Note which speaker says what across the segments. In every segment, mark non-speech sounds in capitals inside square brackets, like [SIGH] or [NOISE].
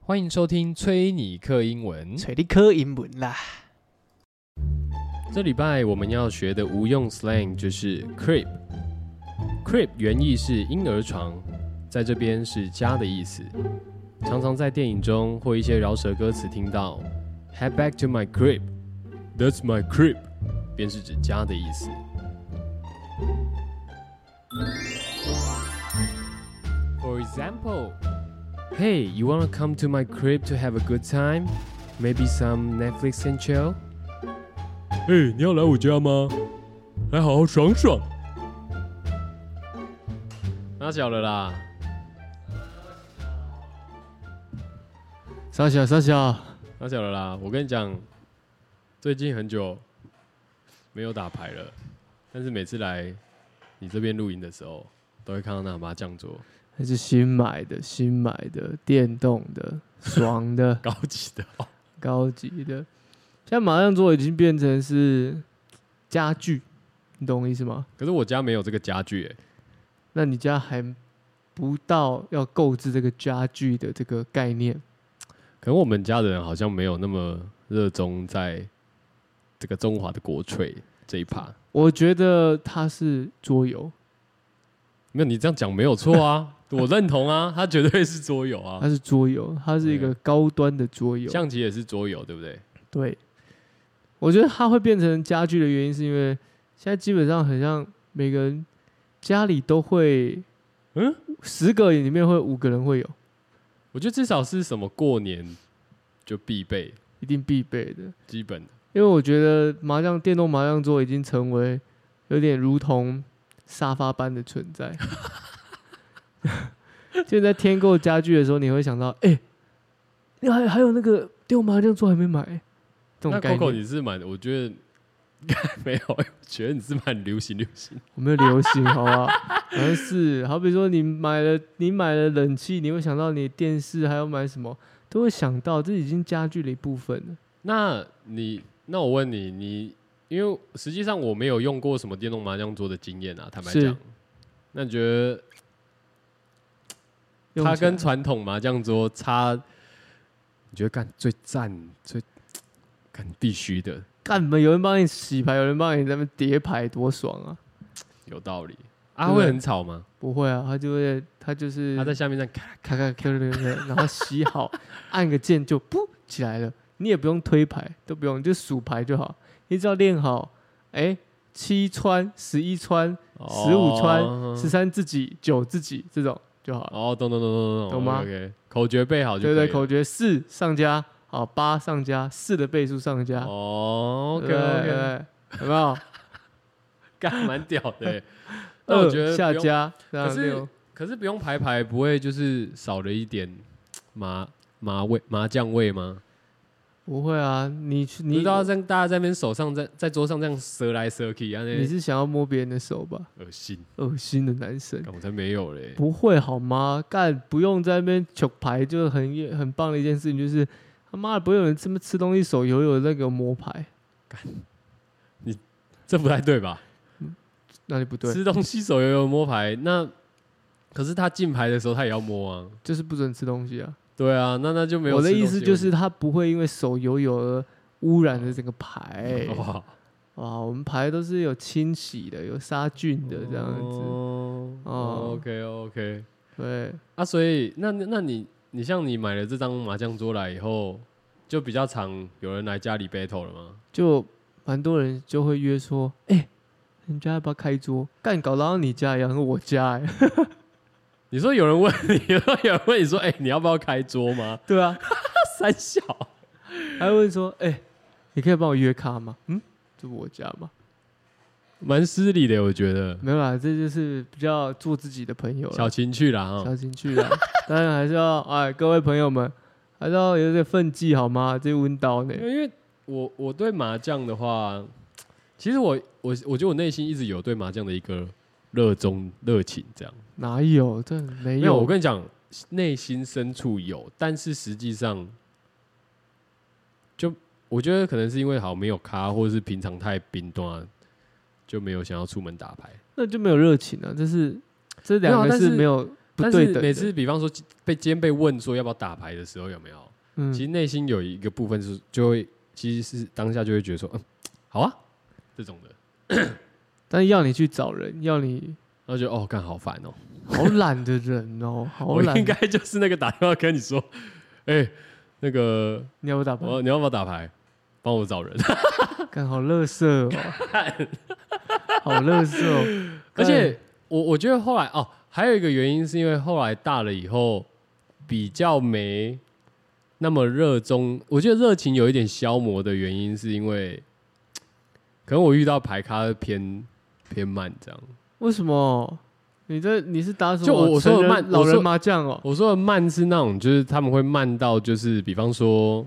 Speaker 1: 欢迎收听崔尼克英
Speaker 2: 嗯
Speaker 1: 文。
Speaker 3: 找你考英文啦。
Speaker 1: 这礼拜我们要学的无用 slang 就是 crib。crib 原意是婴儿床，在这边是家的意思。常常在电影中或一些饶舌歌词听到 “Head back to my crib, that's my crib”，便是指家的意思。For example, Hey, you wanna come to my crib to have a good time? Maybe some Netflix and chill? 嘿，哎你要来我家吗？来好好爽爽。拉小了啦。
Speaker 2: 傻小傻小，
Speaker 1: 那小了啦，我跟你讲，最近很久没有打牌了，但是每次来你这边录音的时候，都会看到那麻将桌，，
Speaker 2: 那是新买的，新买的，电动的，爽的
Speaker 1: 高级的哦，
Speaker 2: 高级的。现在麻将桌已经变成是家具，你懂我意思吗？
Speaker 1: 可是我家没有这个家具、欸，
Speaker 2: 那你家还不到要购置这个家具的这个概念，
Speaker 1: 可能我们家的人好像没有那么热衷在这个中华的国粹这一趴。
Speaker 2: 我觉得它是桌游，
Speaker 1: 没有，你这样讲没有错
Speaker 2: [LAUGHS]
Speaker 1: 啊，我认同啊，他绝对是桌游啊
Speaker 2: 它，是桌游，它是一个高端的桌游。
Speaker 1: 象棋也是桌游，对不对？
Speaker 2: 对，我觉得它会变成家具的原因，是因为现在基本上很像每个人家里都会，
Speaker 1: 嗯，
Speaker 2: 十个里面会五个人会有，
Speaker 1: 我觉得至少是什么过年就必备
Speaker 2: 一定必备的。
Speaker 1: 基本的，
Speaker 2: 因为我觉得麻将电动麻将桌已经成为有点如同沙发般的存
Speaker 1: [LAUGHS]
Speaker 2: 在。就在添购家具的时候，你会想到，哎、你还还有那个电动麻将桌还没买、这种
Speaker 1: 那
Speaker 2: 概
Speaker 1: Coco
Speaker 2: 念
Speaker 1: 你是蛮，我觉得没有，我觉得你是蛮流行流行。 [LAUGHS]
Speaker 2: 我没有流行， [LAUGHS] 好不好？好像是，好比说你买了你买了冷气，你会想到你电视还要买什么，都会想到，这已经家具的一部分了。
Speaker 1: 那你那我问你，你因为实际上我没有用过什么电动麻将桌的经验啊，坦白
Speaker 2: 是
Speaker 1: 讲，那你觉得
Speaker 2: 用
Speaker 1: 它
Speaker 2: 起来
Speaker 1: 跟传统麻将桌差，你觉得干最赞
Speaker 2: [LAUGHS]
Speaker 1: 最干必须的
Speaker 2: 干嘛？有人帮你洗牌，有人帮你在那边叠牌，多爽啊！
Speaker 1: 有道理啊？
Speaker 2: 对
Speaker 1: 会很吵吗？
Speaker 2: 不会啊，他就会，他就是
Speaker 1: 他在下面这样咔
Speaker 2: 咔咔咔咔咔，然后洗好， [LAUGHS] 按个键就噗起来了。你也不用推牌，都不用，你就数牌就好。你只要练好，哎、七穿、十一穿、十五
Speaker 1: 嗯
Speaker 2: 穿、十三自己、九自己这种就好了。
Speaker 1: 哦，懂懂懂懂懂，
Speaker 2: 懂吗
Speaker 1: ？OK，口诀背好就可
Speaker 2: 对
Speaker 1: 以
Speaker 2: 对，
Speaker 1: 了
Speaker 2: 口诀四上加，好八上加，四的倍数上加。
Speaker 1: 哦
Speaker 2: 对
Speaker 1: ，OK
Speaker 2: 对
Speaker 1: OK， [LAUGHS]
Speaker 2: 对有没有？
Speaker 1: 干蛮屌的
Speaker 2: [LAUGHS]
Speaker 1: 欸。但我觉
Speaker 2: 二
Speaker 1: 得
Speaker 2: 下
Speaker 1: 不用，
Speaker 2: 加，然后
Speaker 1: 可是
Speaker 2: 六
Speaker 1: 可是不用排排，不会就是少了一点麻麻味麻将味吗？
Speaker 2: 不会啊，你去
Speaker 1: 你
Speaker 2: 你
Speaker 1: 知道在大家在那边手上在在桌上这样折来折去，啊，
Speaker 2: 你
Speaker 1: 那
Speaker 2: 是想要摸别人的手吧？
Speaker 1: 恶心，
Speaker 2: 恶心的男生。
Speaker 1: 干我才没有嘞。
Speaker 2: 不会好吗？干不用在那边糗牌，就很很棒的一件事情，就是他妈的不会有人这么吃东西手游有那个摸牌，
Speaker 1: 这不太对吧？
Speaker 2: 那就不对，
Speaker 1: 吃东西手游有摸牌，那可是他进牌的时候他也要摸啊。
Speaker 2: 就是不准吃东西啊。
Speaker 1: 对啊，那那就没有
Speaker 2: 我的
Speaker 1: 吃
Speaker 2: 意
Speaker 1: 东
Speaker 2: 思
Speaker 1: 西
Speaker 2: 就
Speaker 1: 问
Speaker 2: 是他不会因为手游有而污染了整个牌
Speaker 1: 题。哇，
Speaker 2: 哇，我们牌都是有清洗的，有杀菌的这样子。
Speaker 1: 哦
Speaker 2: 哦
Speaker 1: ，OK OK，
Speaker 2: 对，
Speaker 1: 啊，所以那那你你像你买了这张麻将桌来以后，就比较常有人来家里 battle 了吗？
Speaker 2: 就蛮多人就会约说，哎、人家要不要开桌？干搞到你家一样，跟我家、欸， [LAUGHS]
Speaker 1: 你说有人问你，说有人问你说， [LAUGHS] 哎、你要不要开桌吗？
Speaker 2: 对啊，
Speaker 1: 三小，
Speaker 2: 还会说，哎、你可以帮我约咖吗？嗯，这不我家吗？
Speaker 1: 蛮失礼的，我觉得
Speaker 2: 没有啦，这就是比较做自己的朋友
Speaker 1: 小哦
Speaker 2: 了，
Speaker 1: 情趣啦哈。
Speaker 2: 小情趣啦。 [LAUGHS] 当然还是要哎，各位朋友们，还是要有点奋际好吗？这温刀呢
Speaker 1: 因，为因为我我对麻将的话，其实我我我觉得我内心一直有对麻将的一个热衷热情，这样
Speaker 2: 哪有？这没
Speaker 1: 没有。
Speaker 2: 有，
Speaker 1: 我跟你讲，内心深处有，但是实际上，就我觉得可能是因为好没有咖，或者是平常太冰端，就没有想要出门打牌。
Speaker 2: 那就没有热情了、这是这两
Speaker 1: 没有啊
Speaker 2: 个
Speaker 1: 但是
Speaker 2: 是没有不
Speaker 1: 但
Speaker 2: 对
Speaker 1: 是
Speaker 2: 等
Speaker 1: 每
Speaker 2: 的。
Speaker 1: 次比方说被今天被问说要不要打牌的时候，有没有？
Speaker 2: 嗯
Speaker 1: 其，实内心有一个部分是就会，其实是当下就会觉得说，嗯，好啊，这种的，
Speaker 2: 但要你去找人，要你
Speaker 1: 然后就哦，干好烦哦，
Speaker 2: 好懒的人哦，好
Speaker 1: 我
Speaker 2: 懒
Speaker 1: 应。该就是那个打电话跟你说，哎，那个
Speaker 2: 你要不打牌？
Speaker 1: 我你要不要打牌？帮我
Speaker 2: [LAUGHS]
Speaker 1: 找人，
Speaker 2: 干好
Speaker 1: [LAUGHS]
Speaker 2: 乐色哦，好乐色哦。
Speaker 1: 而且我我觉得后来哦，还有一个原因是因为后来大了以后比较没那么热衷，我觉得热情有一点消磨的原因是因为，可能我遇到牌咖偏偏慢这样。
Speaker 2: 为什么？你这你是打什么？
Speaker 1: 就我我说的
Speaker 2: 成人
Speaker 1: 慢
Speaker 2: 老
Speaker 1: 我
Speaker 2: 人
Speaker 1: 说
Speaker 2: 麻将哦，
Speaker 1: 我说的慢是那种，就是他们会慢到，就是比方说，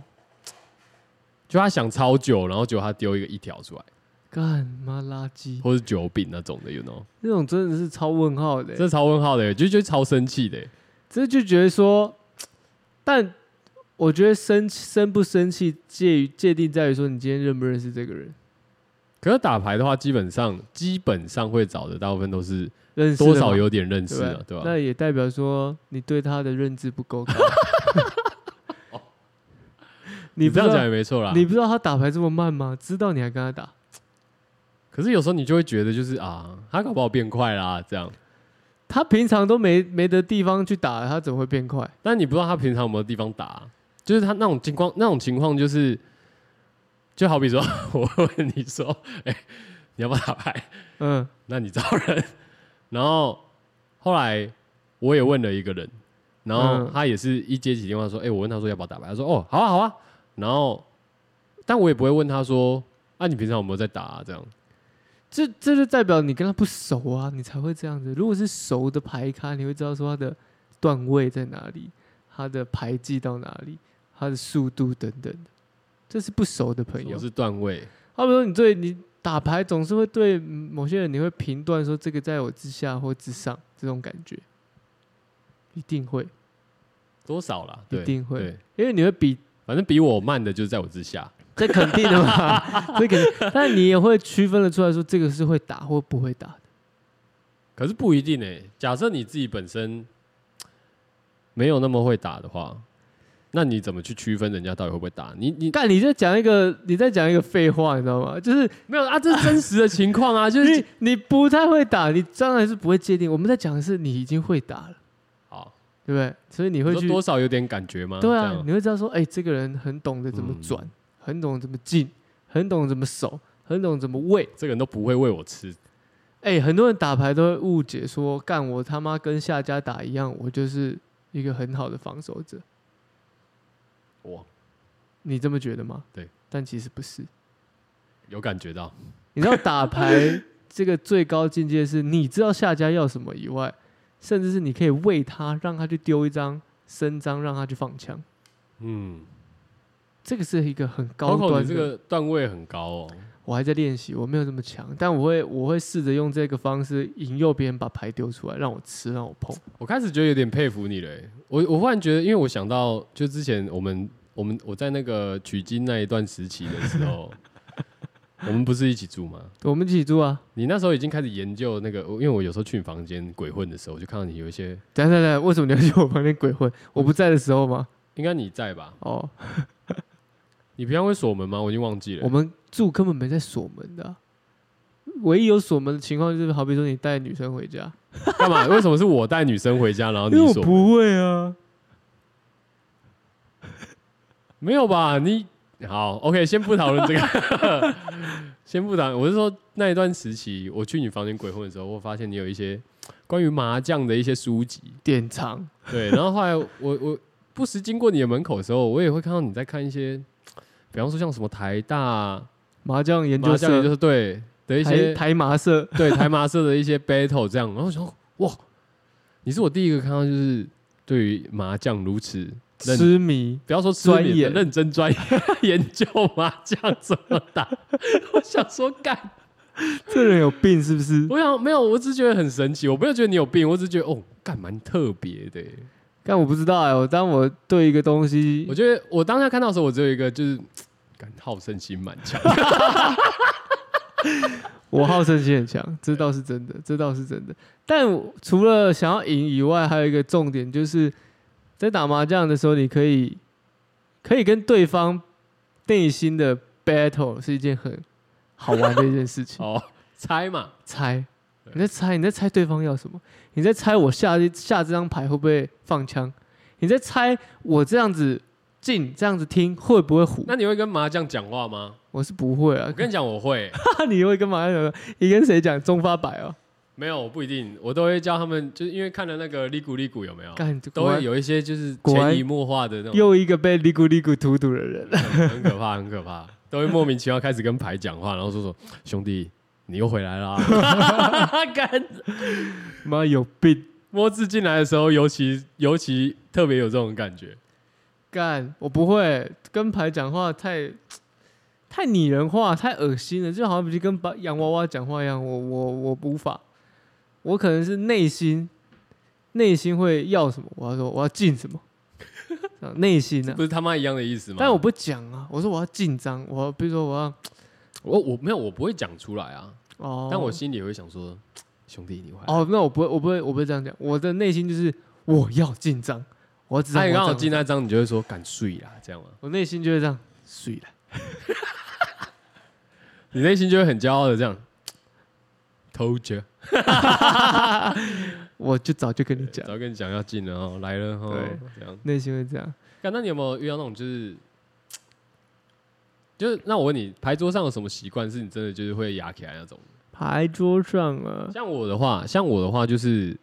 Speaker 1: 就他想超久，然后结果他丢一个一条出来，
Speaker 2: 干妈垃圾，
Speaker 1: 或是九饼那种的，you know，
Speaker 2: 这种真的是超问号的欸。
Speaker 1: 这超问号的，就就超生气的。
Speaker 2: 这就觉得说，但我觉得生生不生气，介于界定在于说你今天认不认识这个人，
Speaker 1: 可是打牌的话，基本上基本上会找的大部分都是
Speaker 2: 认识
Speaker 1: 多
Speaker 2: 了
Speaker 1: 少
Speaker 2: 嘛
Speaker 1: 有点认识
Speaker 2: 对
Speaker 1: 的
Speaker 2: 吧，
Speaker 1: 啊对吧？
Speaker 2: 那也代表说你对他的认知不
Speaker 1: [LAUGHS]
Speaker 2: 够高。你
Speaker 1: 你
Speaker 2: 不
Speaker 1: 这样
Speaker 2: 知道
Speaker 1: 讲也没错啦。
Speaker 2: 你不知道他打牌这么慢吗？知道你还跟他打，
Speaker 1: 可是有时候你就会觉得，就是啊，他搞不好变快啦，这样。
Speaker 2: 他平常都没没得地方去打，他怎么会变快？
Speaker 1: 但你不知道他平常有没有地方打啊、就是他那种情况，那种情况就是，就好比说， [LAUGHS] 我问你说，哎、你要不要打牌？
Speaker 2: 嗯，
Speaker 1: 那你找人。然后后来我也问了一个人，然后
Speaker 2: 嗯
Speaker 1: 他也是一接起电话说，哎、我问他说要不要打牌，他说哦，好啊，好啊。然后，但我也不会问他说，啊，你平常有没有在打、啊？这样，
Speaker 2: 这这就代表你跟他不熟啊，你才会这样子。如果是熟的牌咖，你会知道说他的段位在哪里，他的牌技到哪里，他的速度等等的这是不熟的朋友
Speaker 1: 我。是段位，
Speaker 2: 好比说你对你打牌总是会对嗯某些人，你会评断说这个在我之下或之上，这种感觉一定会，
Speaker 1: 多少啦？
Speaker 2: 一
Speaker 1: 对，
Speaker 2: 定会
Speaker 1: 对，
Speaker 2: 因为你会
Speaker 1: [LAUGHS]
Speaker 2: 比
Speaker 1: 反正比我慢的就是在我之下。
Speaker 2: 这肯定的嘛， [LAUGHS] 这肯定，但你也会区分的出来说这个是会打或不会打的。
Speaker 1: 可是不一定诶、欸假设你自己本身没有那么会打的话，那你怎么去区分人家到底会不会打？你你
Speaker 2: 但你在讲一个，你在讲一个废话，你知道吗？就是
Speaker 1: 没有啊？这是真实的情况
Speaker 2: [LAUGHS]
Speaker 1: 啊，就
Speaker 2: 因
Speaker 1: 是
Speaker 2: 为你不太会打，你当然是不会界定。我们在讲的是你已经会打了，
Speaker 1: 好，
Speaker 2: 对不对？所以你
Speaker 1: 你
Speaker 2: 会
Speaker 1: 说
Speaker 2: 去
Speaker 1: 多少有点感觉吗？
Speaker 2: 对
Speaker 1: 这
Speaker 2: 啊，
Speaker 1: 样
Speaker 2: 你会知道说，哎、这个人很懂得怎么转，
Speaker 1: 嗯
Speaker 2: 很懂得怎么进，很懂得怎么守，很懂得怎么喂。
Speaker 1: 这个人都不会喂我吃，
Speaker 2: 哎、很多人打牌都会误解说，干我他妈跟下家打一样，我就是一个很好的防守者。
Speaker 1: 哇，
Speaker 2: 你这么觉得吗？
Speaker 1: 对，
Speaker 2: 但其实不是。
Speaker 1: 有感觉到
Speaker 2: 你知道打牌 [LAUGHS] 这个最高境界是，你知道下家要什么以外，甚至是你可以喂他，让他去丢一张伸张，让他去放枪。
Speaker 1: 嗯
Speaker 2: 这个是一个很高
Speaker 1: ，Coco
Speaker 2: 端
Speaker 1: 你
Speaker 2: 的。
Speaker 1: 这个段位很高哦，
Speaker 2: 我还在练习，我没有这么强，但我会我会试着用这个方式引诱别人把牌丢出来，让我吃，让我碰。
Speaker 1: 我开始觉得有点佩服你嘞、欸我我忽然觉得，因为我想到就之前我们我们我在那个取经那一段时期的时
Speaker 2: [LAUGHS]
Speaker 1: 候，我们不是一起住吗？
Speaker 2: 我们一起住啊！
Speaker 1: 你那时候已经开始研究那个，我因为我有时候去你房间鬼混的时候，我就看到你有一些，
Speaker 2: 等一下等一下，为什么你要去我房间鬼混？
Speaker 1: 嗯
Speaker 2: 我不在的时候吗？
Speaker 1: 应该你在吧？
Speaker 2: 哦，
Speaker 1: 你平常会锁门吗？我已经忘记了。
Speaker 2: 我们住根本没在锁门的啊、唯一有锁门的情况就是，好比说你带女生回家，
Speaker 1: 干嘛？为什么是我带女生回家，然后哦你
Speaker 2: 因为我
Speaker 1: 锁？
Speaker 2: 不会啊。
Speaker 1: 没有吧？你好，OK，先不讨论这个，
Speaker 2: [LAUGHS]
Speaker 1: [LAUGHS] 先不讨论。我是说那一段时期，我去你房间鬼混的时候，我发现你有一些关于麻将的一些书籍，
Speaker 2: 典藏，
Speaker 1: 对。然后后来我我不时经过你的门口的时候，我也会看到你在看一些，比方说像什么台大
Speaker 2: 麻将研究
Speaker 1: 麻将
Speaker 2: 社
Speaker 1: 研，究对的一
Speaker 2: 台
Speaker 1: 些
Speaker 2: 台麻社， [LAUGHS]
Speaker 1: 对台麻社的一些 battle 这样，然后我想说哇，你是我第一个看到就是对于麻将如此认
Speaker 2: 痴迷，
Speaker 1: 不要说痴迷
Speaker 2: 专业
Speaker 1: 认真专业 [LAUGHS] 研究麻将怎么打。 [LAUGHS] 我想说干，
Speaker 2: 这人有病是
Speaker 1: [LAUGHS]
Speaker 2: 不是？
Speaker 1: 我想没有，我只是觉得很神奇，我没有觉得你有病，我只是觉得哦，干蛮特别的耶。
Speaker 2: 但我不知道哎、我当我对一个东西
Speaker 1: 我，觉得我当下看到的时候，我只有一个就是。感好胜心蛮强，
Speaker 2: 我好胜心很强，这倒是真的，这倒是真的。但我除了想要赢以外，还有一个重点就是，在打麻将的时候，你可以可以跟对方内心的 battle 是一件很好玩的一件事
Speaker 1: [LAUGHS]
Speaker 2: 情。
Speaker 1: 哦， [LAUGHS] 猜嘛，
Speaker 2: 猜，你在猜，你在猜对方要什么？你在猜我下一下这张牌会不会放枪？你在猜我这样子进，这样子听会不会胡？
Speaker 1: 那你会跟麻将讲话吗？
Speaker 2: 我是不会啊
Speaker 1: 我，
Speaker 2: [LAUGHS]
Speaker 1: 跟你讲，我会，
Speaker 2: 那你会跟马上讲，你跟谁讲中发白哦？
Speaker 1: 没有，我不一定，我都会教他们，就是因为看了那个利古利古有没有，
Speaker 2: 干，这
Speaker 1: 哦都
Speaker 2: 果
Speaker 1: 会
Speaker 2: 然
Speaker 1: 有一些就是
Speaker 2: 果然
Speaker 1: 潜移默化的那种，
Speaker 2: 又一个被利咕利咕荼毒的人。 [LAUGHS]
Speaker 1: 很很可怕，很可怕，都会莫名其妙开始跟牌讲话，然后说说兄弟，你又回来
Speaker 2: [LAUGHS]
Speaker 1: 啦。干，
Speaker 2: 妈有病！
Speaker 1: 摸字进来的时候，尤其尤其特别有这种感觉。
Speaker 2: 干，我不会跟牌讲话太太拟人化，太恶心了，就好像比跟白洋娃娃讲话一样，我我我无法，我可能是内心内心会要什么，我要说我要进什么， [LAUGHS] 这样内心啊，
Speaker 1: 不是他妈一样的意思吗？
Speaker 2: 但我不讲啊，我说我要进张，我要比如说我要
Speaker 1: 我我没有，我不会讲出来啊，
Speaker 2: 哦，
Speaker 1: 但我心里会想说，兄弟你回来。
Speaker 2: 哦，那我不会，我不会，我不会这样讲，我的内心就是我要进张，我要知道
Speaker 1: 他
Speaker 2: 我
Speaker 1: 也刚好
Speaker 2: 这样
Speaker 1: 进那张，你就会说敢睡啦，这样啊吗？
Speaker 2: 我内心就会这样，水了，
Speaker 1: [LAUGHS] 你内心就会很骄傲的这样。偷着，
Speaker 2: 我就早就跟你讲，
Speaker 1: 早跟你讲要进了哦，来了哦
Speaker 2: 对，
Speaker 1: 这样。
Speaker 2: 内心会这样。
Speaker 1: 干，那你有没有遇到那种就是，就是那我问你，牌桌上有什么习惯是你真的就是会压起来那种？
Speaker 2: 牌桌上啊，
Speaker 1: 像我的话，像我的话就是，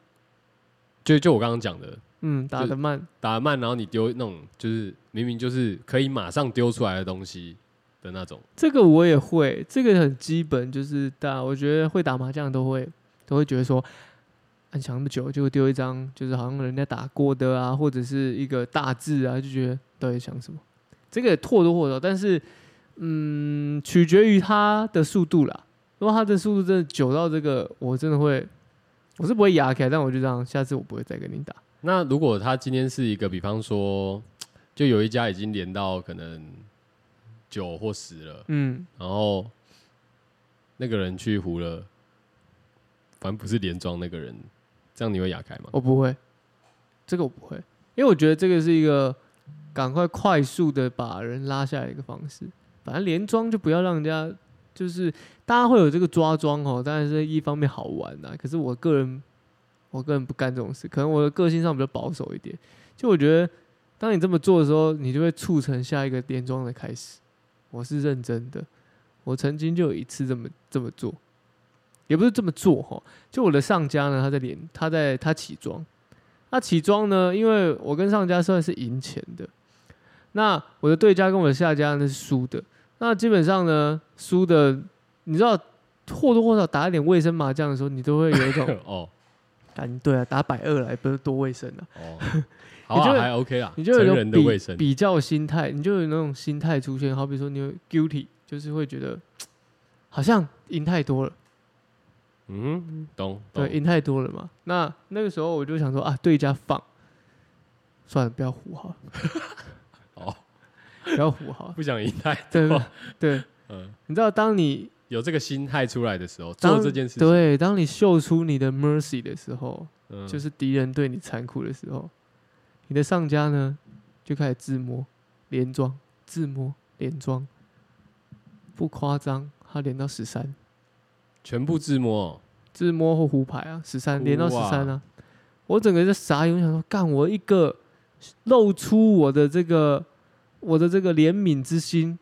Speaker 1: 就就我刚刚讲的，
Speaker 2: 嗯，打得慢，
Speaker 1: 打得慢，然后你丢那种就是明明就是可以马上丢出来的东西的那种。
Speaker 2: 这个我也会，这个很基本，就是打，我觉得会打麻将都会都会觉得说，很想那么久，就丢一张，就是好像人家打过的啊，或者是一个大字啊，就觉得到底想什么，这个也或多或少，但是嗯，取决于他的速度啦。如果他的速度真的久到这个，我真的会，我是不会压开，但我就这样，下次我不会再跟你打。
Speaker 1: 那如果他今天是一个，比方说，就有一家已经连到可能九或十了，
Speaker 2: 嗯，
Speaker 1: 然后那个人去胡了，反正不是连庄那个人，这样你会哑开吗？
Speaker 2: 我哦不会，这个我不会，因为我觉得这个是一个赶快快速的把人拉下来的一个方式。反正连庄就不要让人家，就是大家会有这个抓庄哦，当然是一方面好玩呐、可是我个人，我个人不干这种事，可能我的个性上比较保守一点。就我觉得，当你这么做的时候，你就会促成下一个连庄的开始。我是认真的，我曾经就有一次这么这么做，也不是这么做哈，就我的上家呢，他在连，他在他起庄，那起庄呢，因为我跟上家算是赢钱的，那我的对家跟我的下家呢是输的，那基本上呢，输的，你知道或多或少打一点卫生麻将的时候，你都会有
Speaker 1: [LAUGHS]
Speaker 2: 一种
Speaker 1: 哦
Speaker 2: 感对啊，打百二来不是多卫生啊， [LAUGHS]
Speaker 1: 哦，好啊
Speaker 2: 你就会
Speaker 1: 还 OK 啦，
Speaker 2: 你就有
Speaker 1: 成
Speaker 2: 那
Speaker 1: 人
Speaker 2: 种
Speaker 1: 的
Speaker 2: 比
Speaker 1: 卫生，
Speaker 2: 比较心态，你就有那种心态出现。好比说，你有 guilty，就是会觉得好像赢太多了，
Speaker 1: 嗯，懂懂
Speaker 2: 对，，赢太多了嘛。那那个时候我就想说啊，对家放，算了，不要胡好了，
Speaker 1: [LAUGHS] 哦，。
Speaker 2: 不要胡好了
Speaker 1: 不想赢太
Speaker 2: 对
Speaker 1: 多，
Speaker 2: 对，
Speaker 1: [LAUGHS] 嗯，
Speaker 2: 你知道，当你
Speaker 1: 有这个心态出来的时候，
Speaker 2: 当
Speaker 1: 做这件事情，
Speaker 2: 对，当你秀出你的 mercy 的时候，
Speaker 1: 嗯
Speaker 2: 就是敌人对你残酷的时候，你的上家呢就开始自摸、连庄、自摸、连庄，不夸张，他连到十三，
Speaker 1: 全部自摸，哦
Speaker 2: 自摸或胡牌啊，十三连到十
Speaker 1: 哇
Speaker 2: 三啊，我整个就傻眼，我想说，干我一个露出我的这个我的这个怜悯之心，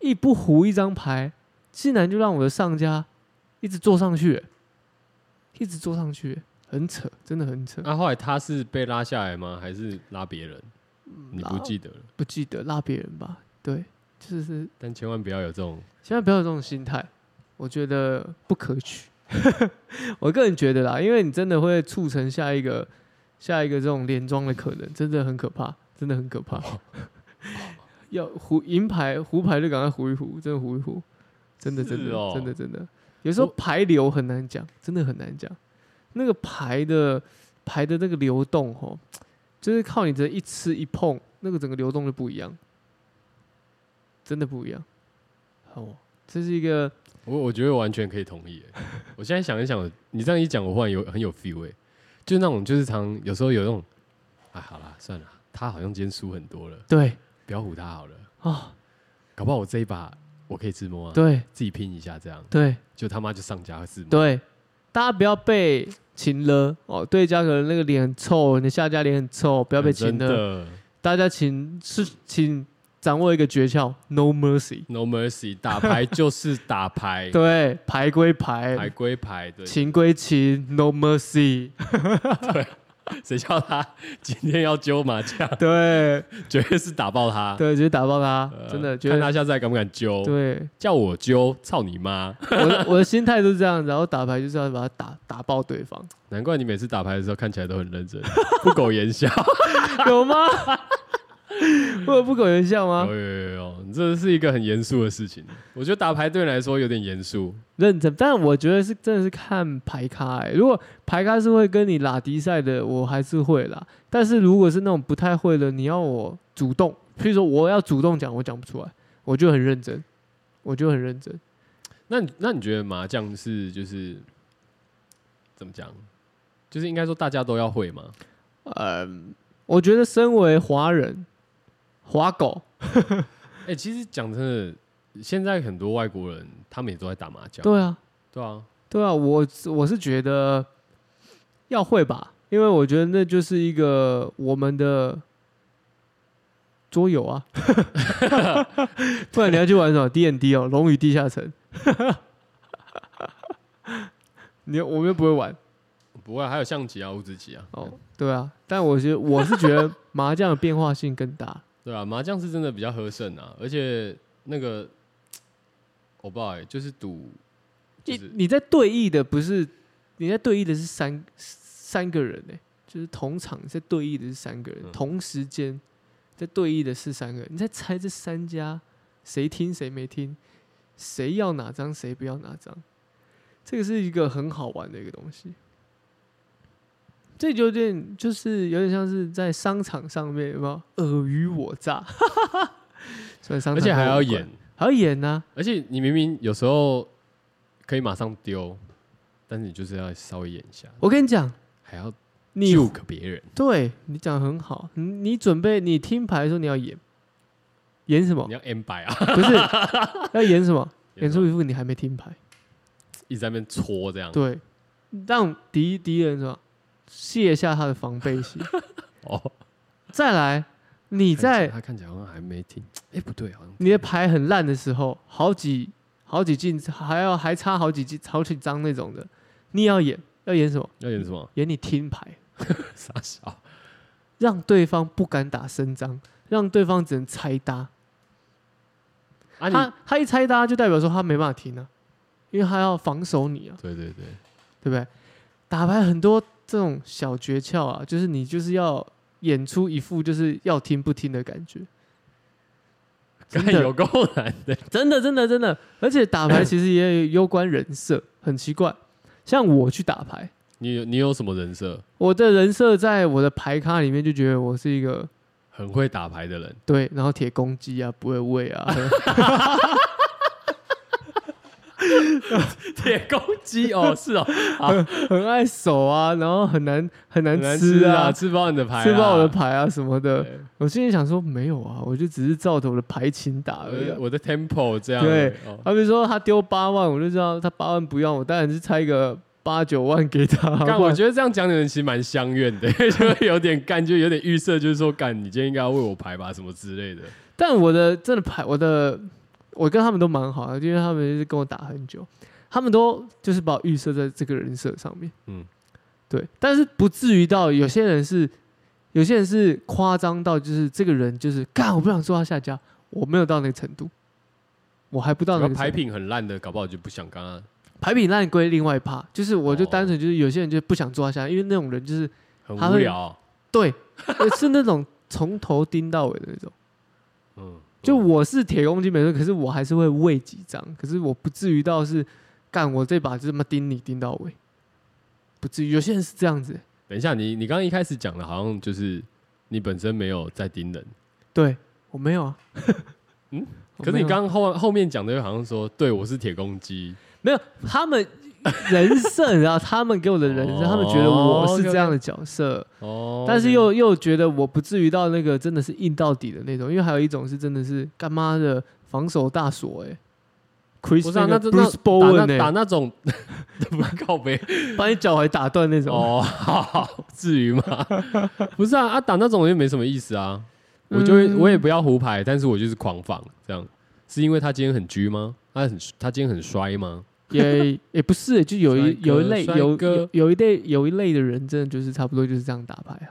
Speaker 2: 一不胡一张牌，竟然就让我的上家一直坐上去，欸一直坐上去，欸很扯，真的很扯。
Speaker 1: 那啊后来他是被拉下来吗？还是拉别人？你不
Speaker 2: 嗯拉
Speaker 1: 记得了，
Speaker 2: 不记得拉别人吧？对，就是
Speaker 1: 但千万不要有这种
Speaker 2: 千万不要有这种心态，我觉得不可取。 [LAUGHS] 我个人觉得啦，因为你真的会促成下一个下一个这种连庄的可能，真的很可怕，真的很可怕。 [LAUGHS] 要胡银牌胡牌就赶快胡一胡，真的胡一胡，真的
Speaker 1: 是
Speaker 2: 真的、
Speaker 1: 哦
Speaker 2: 真的真的，有时候
Speaker 1: 我
Speaker 2: 牌流很难讲，真的很难讲。那个牌的牌的那个流动哦，就是靠你这一吃一碰，那个整个流动就不一样，真的不一样。哦，这是一个
Speaker 1: 我我觉得完全可以同意耶。 [LAUGHS] 我现在想一想，你这样一讲，我忽然有很有 feel 哎，就那种就是常有时候有那种，哎，好啦，算了，他好像今天输很多了，
Speaker 2: 对
Speaker 1: 不要唬他好了，
Speaker 2: 哦，
Speaker 1: 搞不好我这一把我可以自摸啊，
Speaker 2: 对
Speaker 1: 自己拼一下这样，
Speaker 2: 对
Speaker 1: 就他妈就上家自摸，
Speaker 2: 对，大家不要被擒了哦。对家可能那个脸很臭，你的下家脸很臭，不
Speaker 1: 不
Speaker 2: 要被擒了。
Speaker 1: 的
Speaker 2: 大家请是请掌握一个诀窍，no mercy。
Speaker 1: ，No mercy，打
Speaker 2: [LAUGHS]
Speaker 1: 牌就是打牌，
Speaker 2: 对，牌归
Speaker 1: 牌归牌，对，
Speaker 2: 情归情，no [LAUGHS] mercy。
Speaker 1: 谁叫他 [LAUGHS] 今天要揪麻将，
Speaker 2: 对
Speaker 1: 绝对是打爆他，
Speaker 2: 对，就是打爆他，
Speaker 1: 呃
Speaker 2: 真的觉
Speaker 1: 看
Speaker 2: 得
Speaker 1: 他下次还敢不敢揪，
Speaker 2: 对
Speaker 1: 叫我揪，操你妈！
Speaker 2: 我 [LAUGHS] 的我的心态就是这样，然后打牌就是要把它打打爆对方，
Speaker 1: 难怪你每次打牌的时候看起来都很认真， [LAUGHS] 不苟言
Speaker 2: [LAUGHS]
Speaker 1: 笑。
Speaker 2: 有吗？ [LAUGHS] 我有不苟言笑吗
Speaker 1: 有？有有有，你这是一个很严肃的事情。我觉得打牌对你来说有点严肃，
Speaker 2: 认真，但我觉得是真的是看牌咖、欸。如果牌咖是会跟你拉迪赛的，我还是会啦。但是如果是那种不太会的，你要我主动，譬如说我要主动讲，我讲不出来，我就很认真，我就很认真。
Speaker 1: 那你那你觉得麻将是就是怎么讲？就是应该说大家都要会嘛？
Speaker 2: 我觉得身为华人，华狗，
Speaker 1: 哎、其实讲真的，现在很多外国人他们也都在打麻将。
Speaker 2: 对啊，
Speaker 1: 对啊，
Speaker 2: 对啊，我我是觉得要会吧，因为我觉得那就是一个我们的桌游啊， [LAUGHS] 不然你要去玩什么 D N D 哦，《龙与地下城》 [LAUGHS] 你我们又不会玩
Speaker 1: 不会还有象棋啊、五子棋啊。
Speaker 2: 哦，对啊，但我觉得我是觉得麻将的变化性更大，
Speaker 1: 对啊，麻将是真的比较合胜啊，而且那个我不知道哎、就是赌，就
Speaker 2: 你
Speaker 1: 是
Speaker 2: 你在对弈的不是你在对弈的是三三个人呢、欸就是同场在对弈的是三个人，
Speaker 1: 嗯
Speaker 2: 同时间在对弈的是三个人，你在猜这三家谁听谁没听，谁要哪张谁不要哪张，这个是一个很好玩的一个东西。这就有点就是有点像是在商场上面有没有尔虞我诈， [LAUGHS] 所以商场
Speaker 1: 而且还
Speaker 2: 跟我
Speaker 1: 要
Speaker 2: 无关
Speaker 1: 演，
Speaker 2: 还要演啊呢、
Speaker 1: 而且你明明有时候可以马上丢，但是你就是要稍微演一下，
Speaker 2: 我跟你讲，
Speaker 1: 还要
Speaker 2: 你
Speaker 1: juke 别人，
Speaker 2: 对你讲得很好，你你准备你听牌的时候你要演，演什么
Speaker 1: 你？要 M 摆啊，
Speaker 2: 不是要演什么？哦演
Speaker 1: 有
Speaker 2: 出
Speaker 1: 时
Speaker 2: 一副你还没听牌，
Speaker 1: 候一直在那边搓这样，
Speaker 2: 对，让敌敌人什么卸下他的防备心，
Speaker 1: 哦，
Speaker 2: 再来你
Speaker 1: 看起来
Speaker 2: 在
Speaker 1: 他看起来好像还没听，哎，不对，好像
Speaker 2: 你的牌很烂的时候，好几好几进还要还差好几进好几张那种的，你也要演要演什么？
Speaker 1: 要演什么 [LAUGHS]
Speaker 2: 演你听牌，
Speaker 1: 傻笑，
Speaker 2: 让对方不敢打声张，让对方只能猜搭。
Speaker 1: 啊你，
Speaker 2: 他他一拆搭就代表说他没办法停啊，因为他要防守你啊，
Speaker 1: 对对对，
Speaker 2: 对不对？打牌很多这种小诀窍啊，就是你就是要演出一副就是要听不听的感觉，真
Speaker 1: 看
Speaker 2: 的
Speaker 1: 有够难的，
Speaker 2: 真的真的真的，而且打牌其实也有攸关人设，很奇怪。像我去打牌，
Speaker 1: 你有你有什么人设？
Speaker 2: 我的人设在我的牌咖里面就觉得我是一个
Speaker 1: 很会打牌的
Speaker 2: [LAUGHS]
Speaker 1: 人，
Speaker 2: 对，然后铁公鸡啊，不会喂啊， [LAUGHS]
Speaker 1: 铁公鸡 [LAUGHS] 哦，是哦，
Speaker 2: 很爱守啊，然后很难很难
Speaker 1: 很难
Speaker 2: 吃
Speaker 1: 吃啊，
Speaker 2: 啊，
Speaker 1: 吃不到你的牌啊，
Speaker 2: 吃不到我的牌啊什么的。
Speaker 1: 对
Speaker 2: 我心里想说没有啊，我就只是照着我的牌琴打而已、啊
Speaker 1: 呃。我的 tempo 这样，
Speaker 2: 对
Speaker 1: 哦，
Speaker 2: 好比说他丢八万，我就知道他八万不要，我当然是拆个八九万给他。
Speaker 1: 干，
Speaker 2: 不
Speaker 1: 我
Speaker 2: 然
Speaker 1: 觉得这样讲你们其实蛮相怨的， [LAUGHS] 就会有点干，就有点预设，就是说干，你今天应该要为我排吧，什么之类的。
Speaker 2: 但我的真的牌，我的我跟他们都蛮好啊的，因为他们就是跟我打很久，他们都就是把我预设在这个人设上面。嗯
Speaker 1: 嗯，
Speaker 2: 对，但是不至于到有些人是有些人是夸张到就是这个人就是干，我不想说他下家，我没有到那个程度，我还不到
Speaker 1: 然后
Speaker 2: 那个程
Speaker 1: 牌
Speaker 2: 度。
Speaker 1: 品很烂的，搞不好就不想跟啊他。
Speaker 2: 牌品烂归另外一趴，就是我就
Speaker 1: 哦
Speaker 2: 单纯就是有些人就不想做他下家，因为那种人就是
Speaker 1: 很
Speaker 2: 他
Speaker 1: 无
Speaker 2: 会
Speaker 1: 聊。啊
Speaker 2: 对，呃是那种从头盯到尾的那种。
Speaker 1: 嗯，
Speaker 2: 就我是铁公鸡没错，可是我还是会喂几张，可是我不至于到是干我这把就这么盯你盯到尾，不至于。有些人是这样子，
Speaker 1: 等一下，你你刚刚一开始讲的，好像就是你本身没有在盯人，
Speaker 2: [LAUGHS] 对我没有啊，嗯，
Speaker 1: 可是你刚后后面讲的，又好像说，对我是铁公鸡，
Speaker 2: 没有他们人设，然后他们给我的人设，他们觉得我是这样的角色，
Speaker 1: 哦，
Speaker 2: 但是又又觉得我不至于到那个真的是硬到底的那种，因为还有一种是真的是干妈的防守大锁哎、欸。Chris
Speaker 1: 不是啊，那
Speaker 2: 那个
Speaker 1: 这
Speaker 2: Bruce
Speaker 1: 那打那
Speaker 2: Bowen 欸
Speaker 1: 打那种 [LAUGHS] 不是靠背啊
Speaker 2: 把你脚踝打断那
Speaker 1: [LAUGHS]
Speaker 2: 种，
Speaker 1: 哦，好好至
Speaker 2: [LAUGHS]
Speaker 1: 于吗？不是啊，啊打那种就没什么意思啊，我就会
Speaker 2: 嗯
Speaker 1: 我也不要胡牌，但是我就是狂放这样，是因为他今天很狙吗？他很他今天很衰吗？
Speaker 2: 也也不是欸、就有一
Speaker 1: 帅哥
Speaker 2: 有一类
Speaker 1: 帅
Speaker 2: 有
Speaker 1: 哥
Speaker 2: 有有一类有一类的人，真的就是差不多就是这样打牌啊，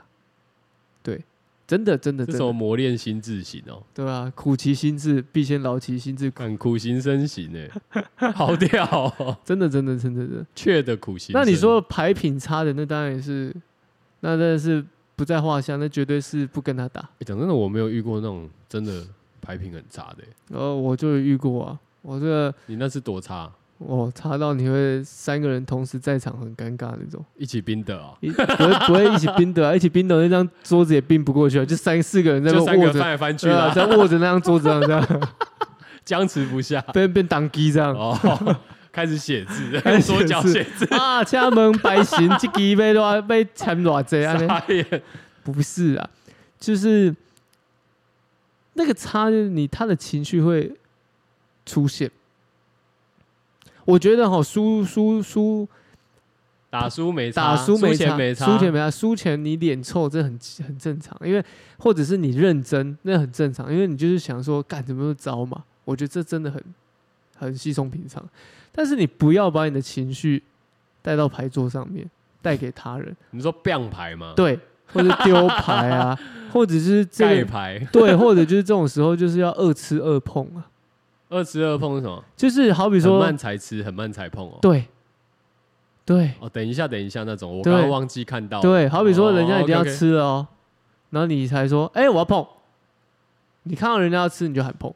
Speaker 2: 对，真的真的
Speaker 1: 这
Speaker 2: 真
Speaker 1: 什么
Speaker 2: 的，
Speaker 1: 磨练心智型哦，
Speaker 2: 对啊，苦其心志，必先劳其心志，
Speaker 1: 看苦行僧型哎，好屌、哦，
Speaker 2: 真的真的真的真的。
Speaker 1: 确的苦行僧。
Speaker 2: 那你说牌品差的，那当然也是，那真的是不在话下，那绝对是不跟他打。
Speaker 1: 欸讲、真的，我没有遇过那种真的牌品很差的欸、
Speaker 2: 然后我就有遇过啊，我这个
Speaker 1: 你那是多差？
Speaker 2: 我差到你会三个人同时在场很尴尬那种。
Speaker 1: 一起冰的啊、
Speaker 2: 一不会不会一起冰的、啊，一起冰的那张桌子也冰不过去啊，就三四个人在那
Speaker 1: 就
Speaker 2: 边
Speaker 1: 三个
Speaker 2: 握
Speaker 1: 人
Speaker 2: 着，
Speaker 1: 翻来翻去
Speaker 2: 对啊，
Speaker 1: 啦，
Speaker 2: 在握着那张桌子上
Speaker 1: [LAUGHS]
Speaker 2: 这样，
Speaker 1: 僵持不下。
Speaker 2: 变变当机这样。
Speaker 1: 哦， [LAUGHS] 开始写字，
Speaker 2: 嗯 [LAUGHS] 开始写字
Speaker 1: 左脚写字，
Speaker 2: 啊，请问白行，这支被多被签偌济啊？
Speaker 1: 傻眼。
Speaker 2: 不是啊，就是那个差，就是你他的情绪会出现。我觉得哈，输输输，
Speaker 1: 打输没差，
Speaker 2: 打输没
Speaker 1: 钱
Speaker 2: 差，
Speaker 1: 没
Speaker 2: 输钱没差，输钱你脸臭这很很正常，因为或者是你认真那很正常，因为你就是想说干怎么那么糟嘛，我觉得这真的很很稀松平常，但是你不要把你的情绪带到牌桌上面，带给他人，
Speaker 1: 你说 b 牌吗？，
Speaker 2: 对，或者丢牌
Speaker 1: [LAUGHS]
Speaker 2: 啊，或者是这
Speaker 1: 盖
Speaker 2: 个
Speaker 1: 牌，
Speaker 2: 对，或者就是这种时候就是要二吃二碰啊，
Speaker 1: 二十二碰是什么？
Speaker 2: 就是好比
Speaker 1: 很
Speaker 2: 说
Speaker 1: 慢才吃，很慢才碰哦。
Speaker 2: 对对
Speaker 1: 哦，等一下，等一下那种，我
Speaker 2: 对
Speaker 1: 刚刚忘记看到。
Speaker 2: 对，好比说人家一定要
Speaker 1: 哦，OK，OK
Speaker 2: 吃了哦，然后你才说，哎、我要碰。你看到人家要吃，你就喊碰。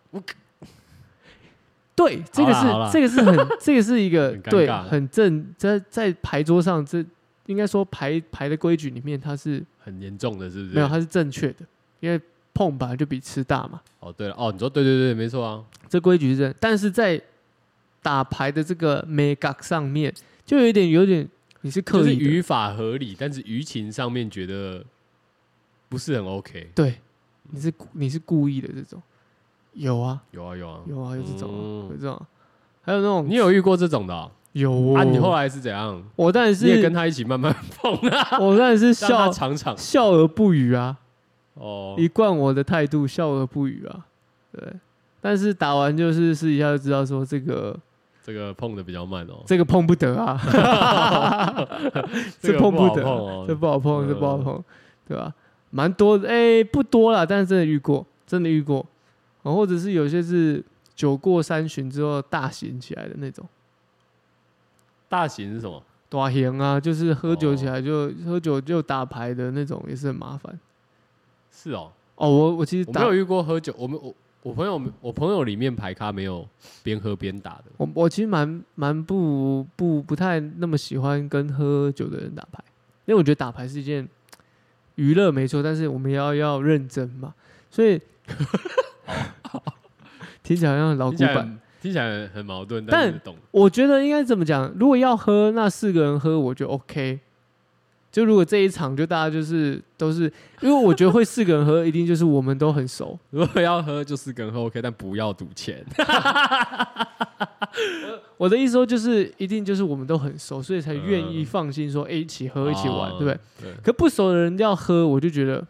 Speaker 2: 对，这个
Speaker 1: 好啦好啦
Speaker 2: 是这个是
Speaker 1: [LAUGHS]
Speaker 2: 很这个是一个
Speaker 1: 很尴
Speaker 2: 对
Speaker 1: 尬
Speaker 2: 很正在在牌桌上这应该说牌牌的规矩里面它是
Speaker 1: 很严重的，是不是？
Speaker 2: 没有它是正确的，因为碰本来就比吃大嘛，
Speaker 1: 哦，对了，哦，你说对对对，没错啊，
Speaker 2: 这规矩是正。但是在打牌的这个 mega 上面，就有一点有点你是
Speaker 1: 就
Speaker 2: 刻
Speaker 1: 是
Speaker 2: 意的
Speaker 1: 语法合理，但是舆情上面觉得不是很 OK。
Speaker 2: 对，你是故你是故意的这种，有啊，
Speaker 1: 有啊有啊，
Speaker 2: 有啊，有这种啊、
Speaker 1: 嗯
Speaker 2: 有这种啊、还有那种
Speaker 1: 你有遇过这种的哦
Speaker 2: 有哦
Speaker 1: 啊？你后来是怎样？
Speaker 2: 我当然
Speaker 1: 你也
Speaker 2: 是
Speaker 1: 跟他一起慢慢碰啊，
Speaker 2: 我当然是
Speaker 1: 让他
Speaker 2: 笑
Speaker 1: 尝尝
Speaker 2: 笑而不语啊，
Speaker 1: 哦。
Speaker 2: 一贯我的态度笑而不语啊，对。但是打完就是试一下就知道说这个
Speaker 1: 这个碰的比较慢
Speaker 2: [LAUGHS]
Speaker 1: 哦，
Speaker 2: 这个碰不得啊，这
Speaker 1: 个
Speaker 2: 碰
Speaker 1: 不好
Speaker 2: 得
Speaker 1: 碰
Speaker 2: 啊，
Speaker 1: 哦
Speaker 2: 这不好碰，这不好
Speaker 1: 嗯
Speaker 2: 碰，对吧？蛮多的，哎、不多啦，但是真的遇过，真的遇过，哦、或者是有些是酒过三巡之后大醒起来的那种。
Speaker 1: 大型是什么？
Speaker 2: 打行啊，就是喝酒起来
Speaker 1: 哦
Speaker 2: 就、喝酒就打牌的那种，也是很麻烦。
Speaker 1: 是哦，
Speaker 2: 哦，我我其实
Speaker 1: 我没
Speaker 2: 打
Speaker 1: 有遇过喝酒，我们我我朋友我朋友里面排咖没有边喝边打的，
Speaker 2: 我我其实蛮蛮不不不太那么喜欢跟喝酒的人打牌，因为我觉得打牌是一件娱乐没错，但是我们要要认真嘛，
Speaker 1: [LAUGHS]
Speaker 2: 所以听起来好像
Speaker 1: 听
Speaker 2: 老哦古
Speaker 1: 起来
Speaker 2: 板。
Speaker 1: 很听起来很矛盾，
Speaker 2: 但
Speaker 1: 但是懂 [LAUGHS]
Speaker 2: 我觉得应该怎么讲？如果要喝，那四个人喝我就 OK。就如果这一场就大家就是都是，因为我觉得会四个人喝，一定就是我们都很熟，
Speaker 1: 如果要喝就是跟喝 OK，但不要赌钱。
Speaker 2: 我的意思说，就是一定就是我们都很熟，所以才愿意
Speaker 1: 嗯
Speaker 2: 放心说，哎、一起 [LAUGHS] 喝，一起玩，
Speaker 1: 哦
Speaker 2: 对不对？
Speaker 1: 对，
Speaker 2: 可不熟的人要喝，我就觉得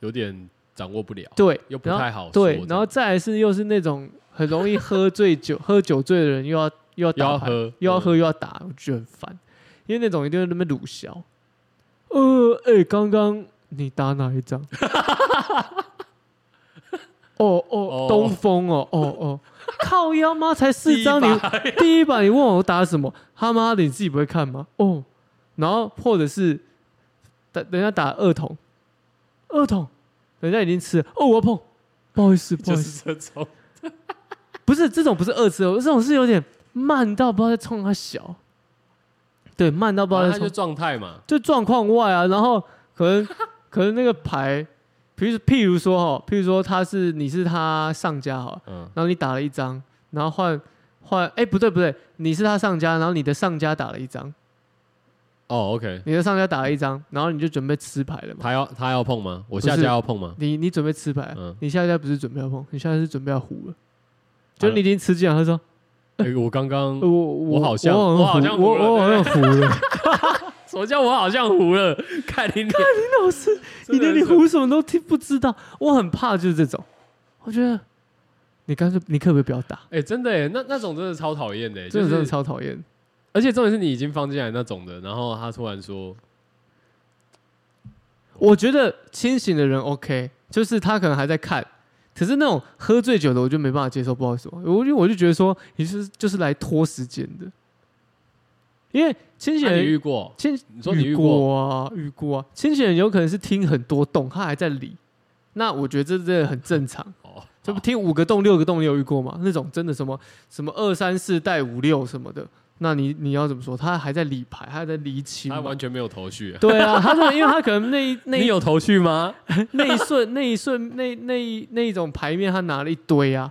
Speaker 1: 有点掌握不了，
Speaker 2: 对，
Speaker 1: 又不
Speaker 2: 然后
Speaker 1: 太好说这
Speaker 2: 对
Speaker 1: 样，
Speaker 2: 然后再来是又是那种很容易喝醉酒、 [LAUGHS] 喝酒醉的人，又要又要
Speaker 1: 又
Speaker 2: 打
Speaker 1: 要
Speaker 2: 牌，
Speaker 1: 喝
Speaker 2: 又要喝，又要打，我就觉得很烦，因为那种一定会在那边鲁小。呃，哎、刚刚你打哪一张？ [LAUGHS] 哦哦
Speaker 1: 哦，
Speaker 2: 东风哦哦哦，靠腰妈才
Speaker 1: 第
Speaker 2: 四
Speaker 1: 一
Speaker 2: 张，你
Speaker 1: 把
Speaker 2: 第一把你问我打什么，他妈的你自己不会看吗？哦，然后或者是打人家打二筒，二筒，人家已经吃了，哦，我要碰，不好意思，不好
Speaker 1: 就
Speaker 2: 意思，
Speaker 1: 是这种，
Speaker 2: 不是这种不是二次哦，这种是有点慢到不知道在冲他小，对，慢 [LAUGHS]
Speaker 1: 啊
Speaker 2: 到不知道
Speaker 1: 反
Speaker 2: 在
Speaker 1: 正
Speaker 2: 冲
Speaker 1: 就，状态嘛，
Speaker 2: [LAUGHS] 就状况外啊，然后可能可能那个牌比如譬如说哈，譬如说他是你是他上家好了，
Speaker 1: 嗯，
Speaker 2: 然后你打了一张，然后换换哎不对不对，你是他上家，然后你的上家打了一张，
Speaker 1: 哦，OK，
Speaker 2: 你的上家打了一张，然后你就准备吃牌了嘛。
Speaker 1: 他要他要碰吗？我
Speaker 2: 不是
Speaker 1: 下家要碰
Speaker 2: [LAUGHS]
Speaker 1: 吗？
Speaker 2: 你你准备吃牌，
Speaker 1: 嗯
Speaker 2: 你下家不是准备要碰，你下家是准备要胡了，就你已经吃尽了。他说
Speaker 1: 哎我刚
Speaker 2: [LAUGHS]
Speaker 1: 刚
Speaker 2: 呃我
Speaker 1: 我
Speaker 2: 我
Speaker 1: 好像
Speaker 2: 我
Speaker 1: 我好像
Speaker 2: 很
Speaker 1: 胡了
Speaker 2: 我我很糊了，
Speaker 1: [LAUGHS] 什么叫我好像糊了？看你脸，
Speaker 2: [LAUGHS] 老师。你连你胡什么都听不知道，我很怕就是这种。我觉得你干脆你可不可以不要打？
Speaker 1: 哎、真的哎，那那种真的超讨厌的，
Speaker 2: 这
Speaker 1: 就
Speaker 2: 种真的
Speaker 1: 是
Speaker 2: 超讨厌。
Speaker 1: 而且重点是你已经放进来那种的，然后他突然说，
Speaker 2: 我觉得清醒的人 OK，就是他可能还在看，可是那种喝醉酒的我就没办法接受，不知道为什么。我就我就觉得说你是就是来拖时间的，因为清醒
Speaker 1: 那啊你
Speaker 2: 人
Speaker 1: 遇过？
Speaker 2: 清
Speaker 1: 你说你遇过？
Speaker 2: 过啊，遇过啊，清醒人有可能是听很多洞，他还在理，那我觉得这真的很正常。
Speaker 1: 哦，
Speaker 2: 就听五个洞、六个洞，你有遇过吗？那种真的什么什么二三四带五六什么的，那你你要怎么说？他还在理牌，他还在理清
Speaker 1: 他
Speaker 2: 嘛。
Speaker 1: 完全没有头绪。
Speaker 2: 对啊，他真的，因为他可能那一那
Speaker 1: 你
Speaker 2: 一
Speaker 1: 有头绪吗？
Speaker 2: 那一瞬那一瞬那那一那一种牌面，他拿了一堆啊，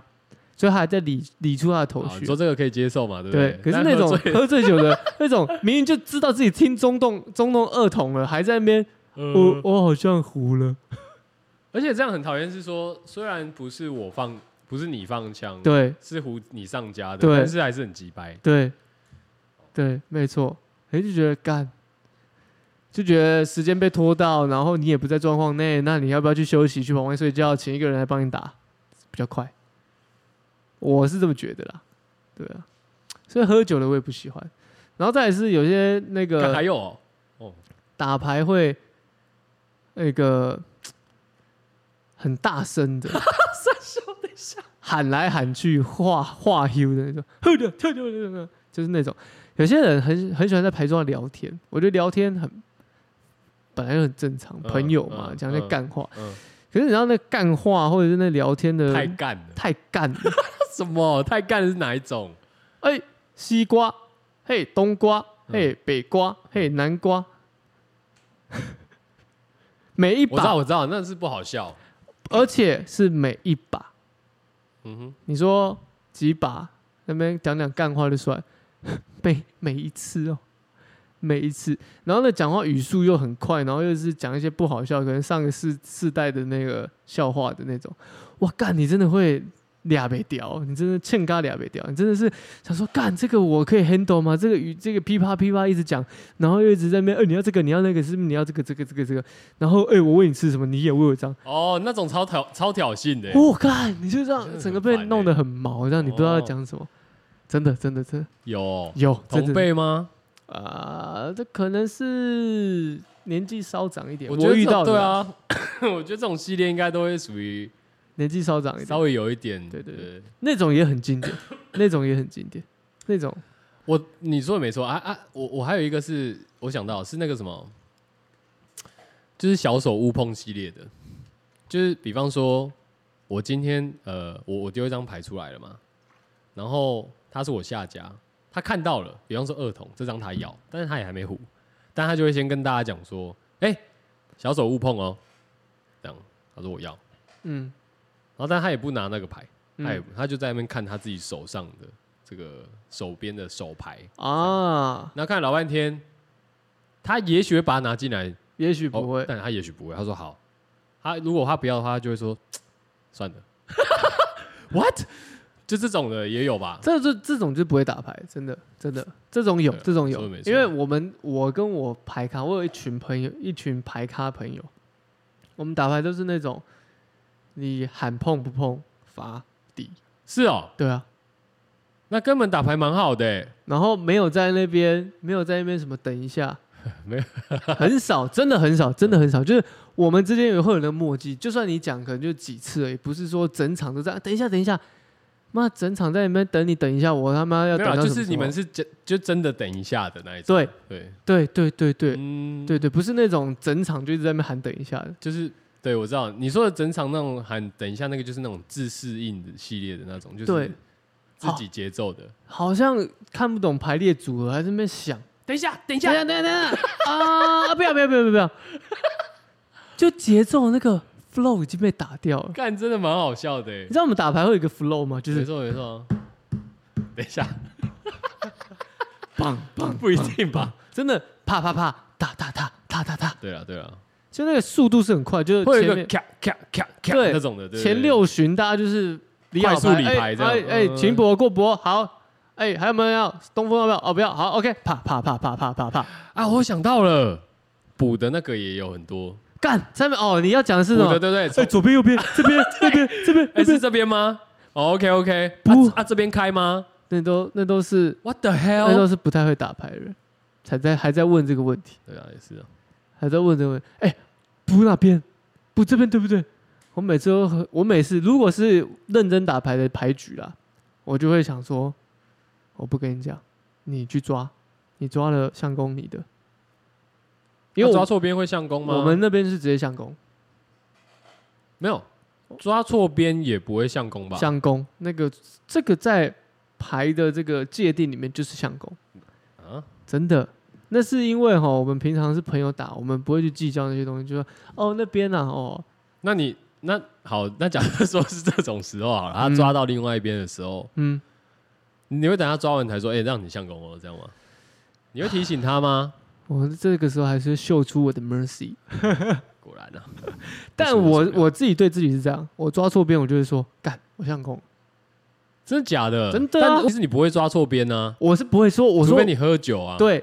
Speaker 2: 所以他还在理理出他的头
Speaker 1: 好哦
Speaker 2: 绪
Speaker 1: 你。说这个可以接受嘛？对不
Speaker 2: 对，可是那种喝醉酒的那种，明明就知道自己听中洞中洞二筒了，还在那边我
Speaker 1: 我，
Speaker 2: 我好像糊了。
Speaker 1: 呃而且这样很讨厌，是说虽然不是我放，不是你放枪，，
Speaker 2: 对
Speaker 1: 是胡你上家的，
Speaker 2: 对
Speaker 1: 但是还是很鸡掰。
Speaker 2: 对，对，没错，哎，就觉得干，就觉得时间被拖到，然后你也不在状况内，那你要不要去休息，去旁边睡觉，请一个人来帮你打，比较快。我是这么觉得啦，对啊，所以喝酒的我也不喜欢，然后再来是有些那
Speaker 1: 干还
Speaker 2: 个
Speaker 1: 有哦
Speaker 2: 打牌会那个很大声的，喊来喊去，话话休的那种，呵的，跳跳跳跳，就是那种。有些人很很喜欢在牌桌上聊天，我觉得聊天很本来就很正常，
Speaker 1: 嗯
Speaker 2: 朋友嘛，
Speaker 1: 嗯
Speaker 2: 讲些干话。
Speaker 1: 嗯，
Speaker 2: 可是你知道那干话或者是那聊天的
Speaker 1: 太干了，
Speaker 2: 太干了，
Speaker 1: 什么太干了是哪一种？
Speaker 2: 哎、西瓜，嘿，冬瓜，
Speaker 1: 嗯
Speaker 2: 嘿，北瓜，嘿，南瓜， [LAUGHS] 每一
Speaker 1: 我知道，
Speaker 2: 把，
Speaker 1: 我知道，那是不好笑。
Speaker 2: 而且是每一把。
Speaker 1: 嗯哼，
Speaker 2: 你说几把那边讲讲干话就算， [LAUGHS] 每每一次哦，每一次，然后呢讲话语速又很快，然后又是讲一些不好笑，可能上个世世代的那个笑话的那种，哇干，你真的会俩北屌，你真的欠嘎俩北屌，你真的是想说干这个我可以 handle 吗？这个语这个噼啪噼啪一直讲，然后又一直在那边，呃、你要这个你要那个是不是你要这个这个这个这个，然后哎、我喂你吃什么你也喂我这样。
Speaker 1: 哦，那种超挑超挑衅的，
Speaker 2: 我看你就这
Speaker 1: 真的
Speaker 2: 样
Speaker 1: 很
Speaker 2: 整个被
Speaker 1: 烦
Speaker 2: 弄
Speaker 1: 欸
Speaker 2: 得很毛，这样你不知道
Speaker 1: 哦
Speaker 2: 在讲什么。真的，真的，真的
Speaker 1: 有哦
Speaker 2: 有真
Speaker 1: 同
Speaker 2: 的
Speaker 1: 辈吗？
Speaker 2: 啊、呃这可能是年纪稍长一点，我
Speaker 1: 觉得
Speaker 2: 遇
Speaker 1: 这种
Speaker 2: 到的
Speaker 1: 对
Speaker 2: 啦， [LAUGHS]
Speaker 1: 啊， [LAUGHS] 我觉得这种系列应该都会属于
Speaker 2: 年纪稍长一
Speaker 1: 稍
Speaker 2: 点，
Speaker 1: 微有一点，
Speaker 2: 对对对那种也很经典，那种也很经典，那种
Speaker 1: 我你说的没错啊啊，我我还有一个是我想到是那个什么，就是小手误碰系列的，就是比方说，我今天呃，我我丢一张牌出来了嘛，然后他是我下家，他看到了，比方说二筒这张他要，但是他也还没胡，但他就会先跟大家讲说，哎、小手误碰哦，这样他说我要，
Speaker 2: 嗯，
Speaker 1: 然后但他也不拿那个牌，
Speaker 2: 嗯
Speaker 1: 他也、他就在那边看他自己手上的这个手边的手牌。
Speaker 2: 啊，
Speaker 1: 那看老半天，他也许会把它拿进来，
Speaker 2: 也许不
Speaker 1: 哦
Speaker 2: 会，
Speaker 1: 但他也许不会。他说好，他如果他不要的话，他就会说算了。What？就这种的也有吧？
Speaker 2: 这这这种就不会打牌，真的真的，这种有
Speaker 1: 啊对啊
Speaker 2: 这种
Speaker 1: 说
Speaker 2: 有
Speaker 1: 得没，错
Speaker 2: 因为我们我跟我牌咖，我有一群朋友，一群牌咖朋友，我们打牌都是那种你喊碰不碰罚底，
Speaker 1: 是哦，
Speaker 2: 对啊，
Speaker 1: 那根本打牌蛮好的欸，，
Speaker 2: 然后没有在那边没有在那边什么等一下
Speaker 1: [LAUGHS] 没有，
Speaker 2: 很少，真的很少，真的很少，就是我们之间也会有那个默契，就算你讲可能就几次而已，不是说整场都在啊等一下等一下。妈，整场在那边等你，等一下，我他妈要
Speaker 1: 没
Speaker 2: 等
Speaker 1: 有
Speaker 2: 到
Speaker 1: 啊，
Speaker 2: 什
Speaker 1: 就
Speaker 2: 么
Speaker 1: 是
Speaker 2: 时
Speaker 1: 你们
Speaker 2: 候
Speaker 1: 是真就真的等一下的那一种。
Speaker 2: 对
Speaker 1: 对
Speaker 2: 对对对对，
Speaker 1: 嗯，
Speaker 2: 对对，不是那种整场就一直在那边喊等一下的，
Speaker 1: 就是对我知道你说的整场那种喊等一下那个，就是那种自适应的系列的那种，就是
Speaker 2: 对
Speaker 1: 自己节奏的。
Speaker 2: 好像看不懂排列组合，还在那边想
Speaker 1: 等一下，等一
Speaker 2: 等一下等一下等一下啊啊！不要不要不要不要不要，就节奏那个 flow 已经被打掉了。
Speaker 1: 干真的蛮好笑的欸
Speaker 2: 你，知道我们打牌会有一个 flow 吗？就
Speaker 1: 没
Speaker 2: 是
Speaker 1: 错没错。等一下，
Speaker 2: 棒棒，
Speaker 1: 不一定吧？
Speaker 2: 真的啪啪啪，哒哒哒，哒哒哒，
Speaker 1: 对了对啊了，
Speaker 2: 就那个速度是很快，就是
Speaker 1: 会有
Speaker 2: 前
Speaker 1: 一个
Speaker 2: 面
Speaker 1: 咔咔咔咔
Speaker 2: 对
Speaker 1: 那种的，对不对
Speaker 2: 前六巡大家就是理好
Speaker 1: 快速理牌这样
Speaker 2: 哎哎，
Speaker 1: 嗯
Speaker 2: 哎秦博过博好，哎还有没有要东风要不要？哦不要，好 OK，啪啪啪啪啪啪啪，
Speaker 1: 啊，我想到了，补的那个也有很多，
Speaker 2: 干三秒哦，你要讲的是
Speaker 1: 补
Speaker 2: 什
Speaker 1: 的
Speaker 2: 么？
Speaker 1: 对 [LAUGHS] 不对从
Speaker 2: 哎，？左边右边这边那边这边
Speaker 1: 哎，
Speaker 2: 那
Speaker 1: 是
Speaker 2: 边，
Speaker 1: 这边吗？OK OK，
Speaker 2: 不
Speaker 1: 啊，这边开吗
Speaker 2: 那都那都是
Speaker 1: ？What the
Speaker 2: 那都
Speaker 1: hell？
Speaker 2: 是不太会打牌的人，才在还在问这个问题，
Speaker 1: 对啊，也是啊，
Speaker 2: 还在问这个问题，哎补哪边？补这边对不对？我每次都很，我每次如果是认真打牌的牌局啦，我就会想说，我不跟你讲，你去抓，你抓了相公你的，因为
Speaker 1: 那抓
Speaker 2: 我
Speaker 1: 错边会相公吗？
Speaker 2: 我们那边是直接相公，
Speaker 1: 没有抓错边也不会相公吧？
Speaker 2: 相公那个这个在牌的这个界定里面就是相公，
Speaker 1: 啊，
Speaker 2: 真的。那是因为哈，我们平常是朋友打，我们不会去计较那些东西，就说哦那边啊，哦，
Speaker 1: 那你那好，那假设说是这种时候好了，他
Speaker 2: 嗯
Speaker 1: 抓到另外一边的时候，
Speaker 2: 嗯，
Speaker 1: 你会等他抓完才说，哎、让你相公哦，这样吗？你会提醒他
Speaker 2: [LAUGHS]
Speaker 1: 吗？
Speaker 2: 我这个时候还是秀出我的 mercy，
Speaker 1: 果然啊，
Speaker 2: 但我我自己对自己是这样，我抓错边，我就会说干，我相公，
Speaker 1: 真的假的？
Speaker 2: 真的啊
Speaker 1: 但其实你不会抓错边呢，
Speaker 2: 我是不会说，我
Speaker 1: 除
Speaker 2: 说
Speaker 1: 非你喝酒啊。，
Speaker 2: 对，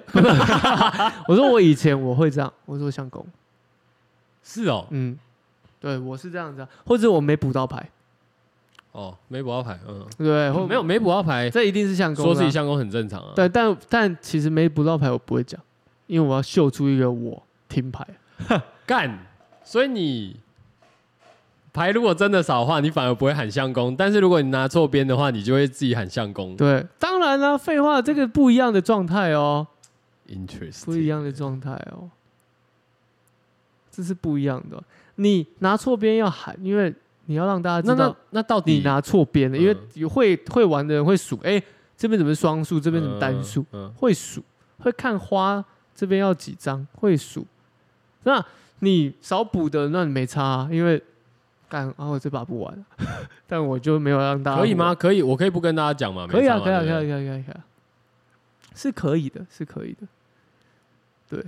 Speaker 2: [LAUGHS] 我说我以前我会这样，我说相公，
Speaker 1: 哦是哦，
Speaker 2: 嗯，对我是这样子啊，或者我没补到牌，
Speaker 1: 哦，没补到牌，嗯，
Speaker 2: 对，或
Speaker 1: 没有，没补到牌，
Speaker 2: 这一定是相公、啊，
Speaker 1: 说自己相公很正常啊。
Speaker 2: 对，但但其实没补到牌我不会讲，因为我要秀出一个我听牌，
Speaker 1: 嗯干，所以你牌如果真的少的话，你反而不会喊相公；但是如果你拿错边的话，你就会自己喊相公。
Speaker 2: 对，当然啦、废话，这个不一样的状态哦，
Speaker 1: Interest
Speaker 2: 不一样的状态哦，这是不一样的哦。你拿错边要喊，因为你要让大家
Speaker 1: 那
Speaker 2: 知
Speaker 1: 那
Speaker 2: 道
Speaker 1: 那到底嗯
Speaker 2: 你拿错边了，因为会会玩的人会数，哎，这边怎么是双数，这
Speaker 1: 这
Speaker 2: 边怎么单数，？
Speaker 1: 嗯，
Speaker 2: 会数，会看花这边要几张，会数。那你少补的，那你没差、啊，因为干啊，我这把不玩， [LAUGHS] 但我就没有让大家
Speaker 1: 可以
Speaker 2: 玩
Speaker 1: 吗？？可以，我可以不跟大家讲吗？
Speaker 2: 可以啊，
Speaker 1: 没
Speaker 2: 可
Speaker 1: 差
Speaker 2: 以
Speaker 1: 嘛
Speaker 2: 啊，可以啊，可
Speaker 1: 对不对
Speaker 2: 以啊，可以啊，可以啊，是可以的，是可以的。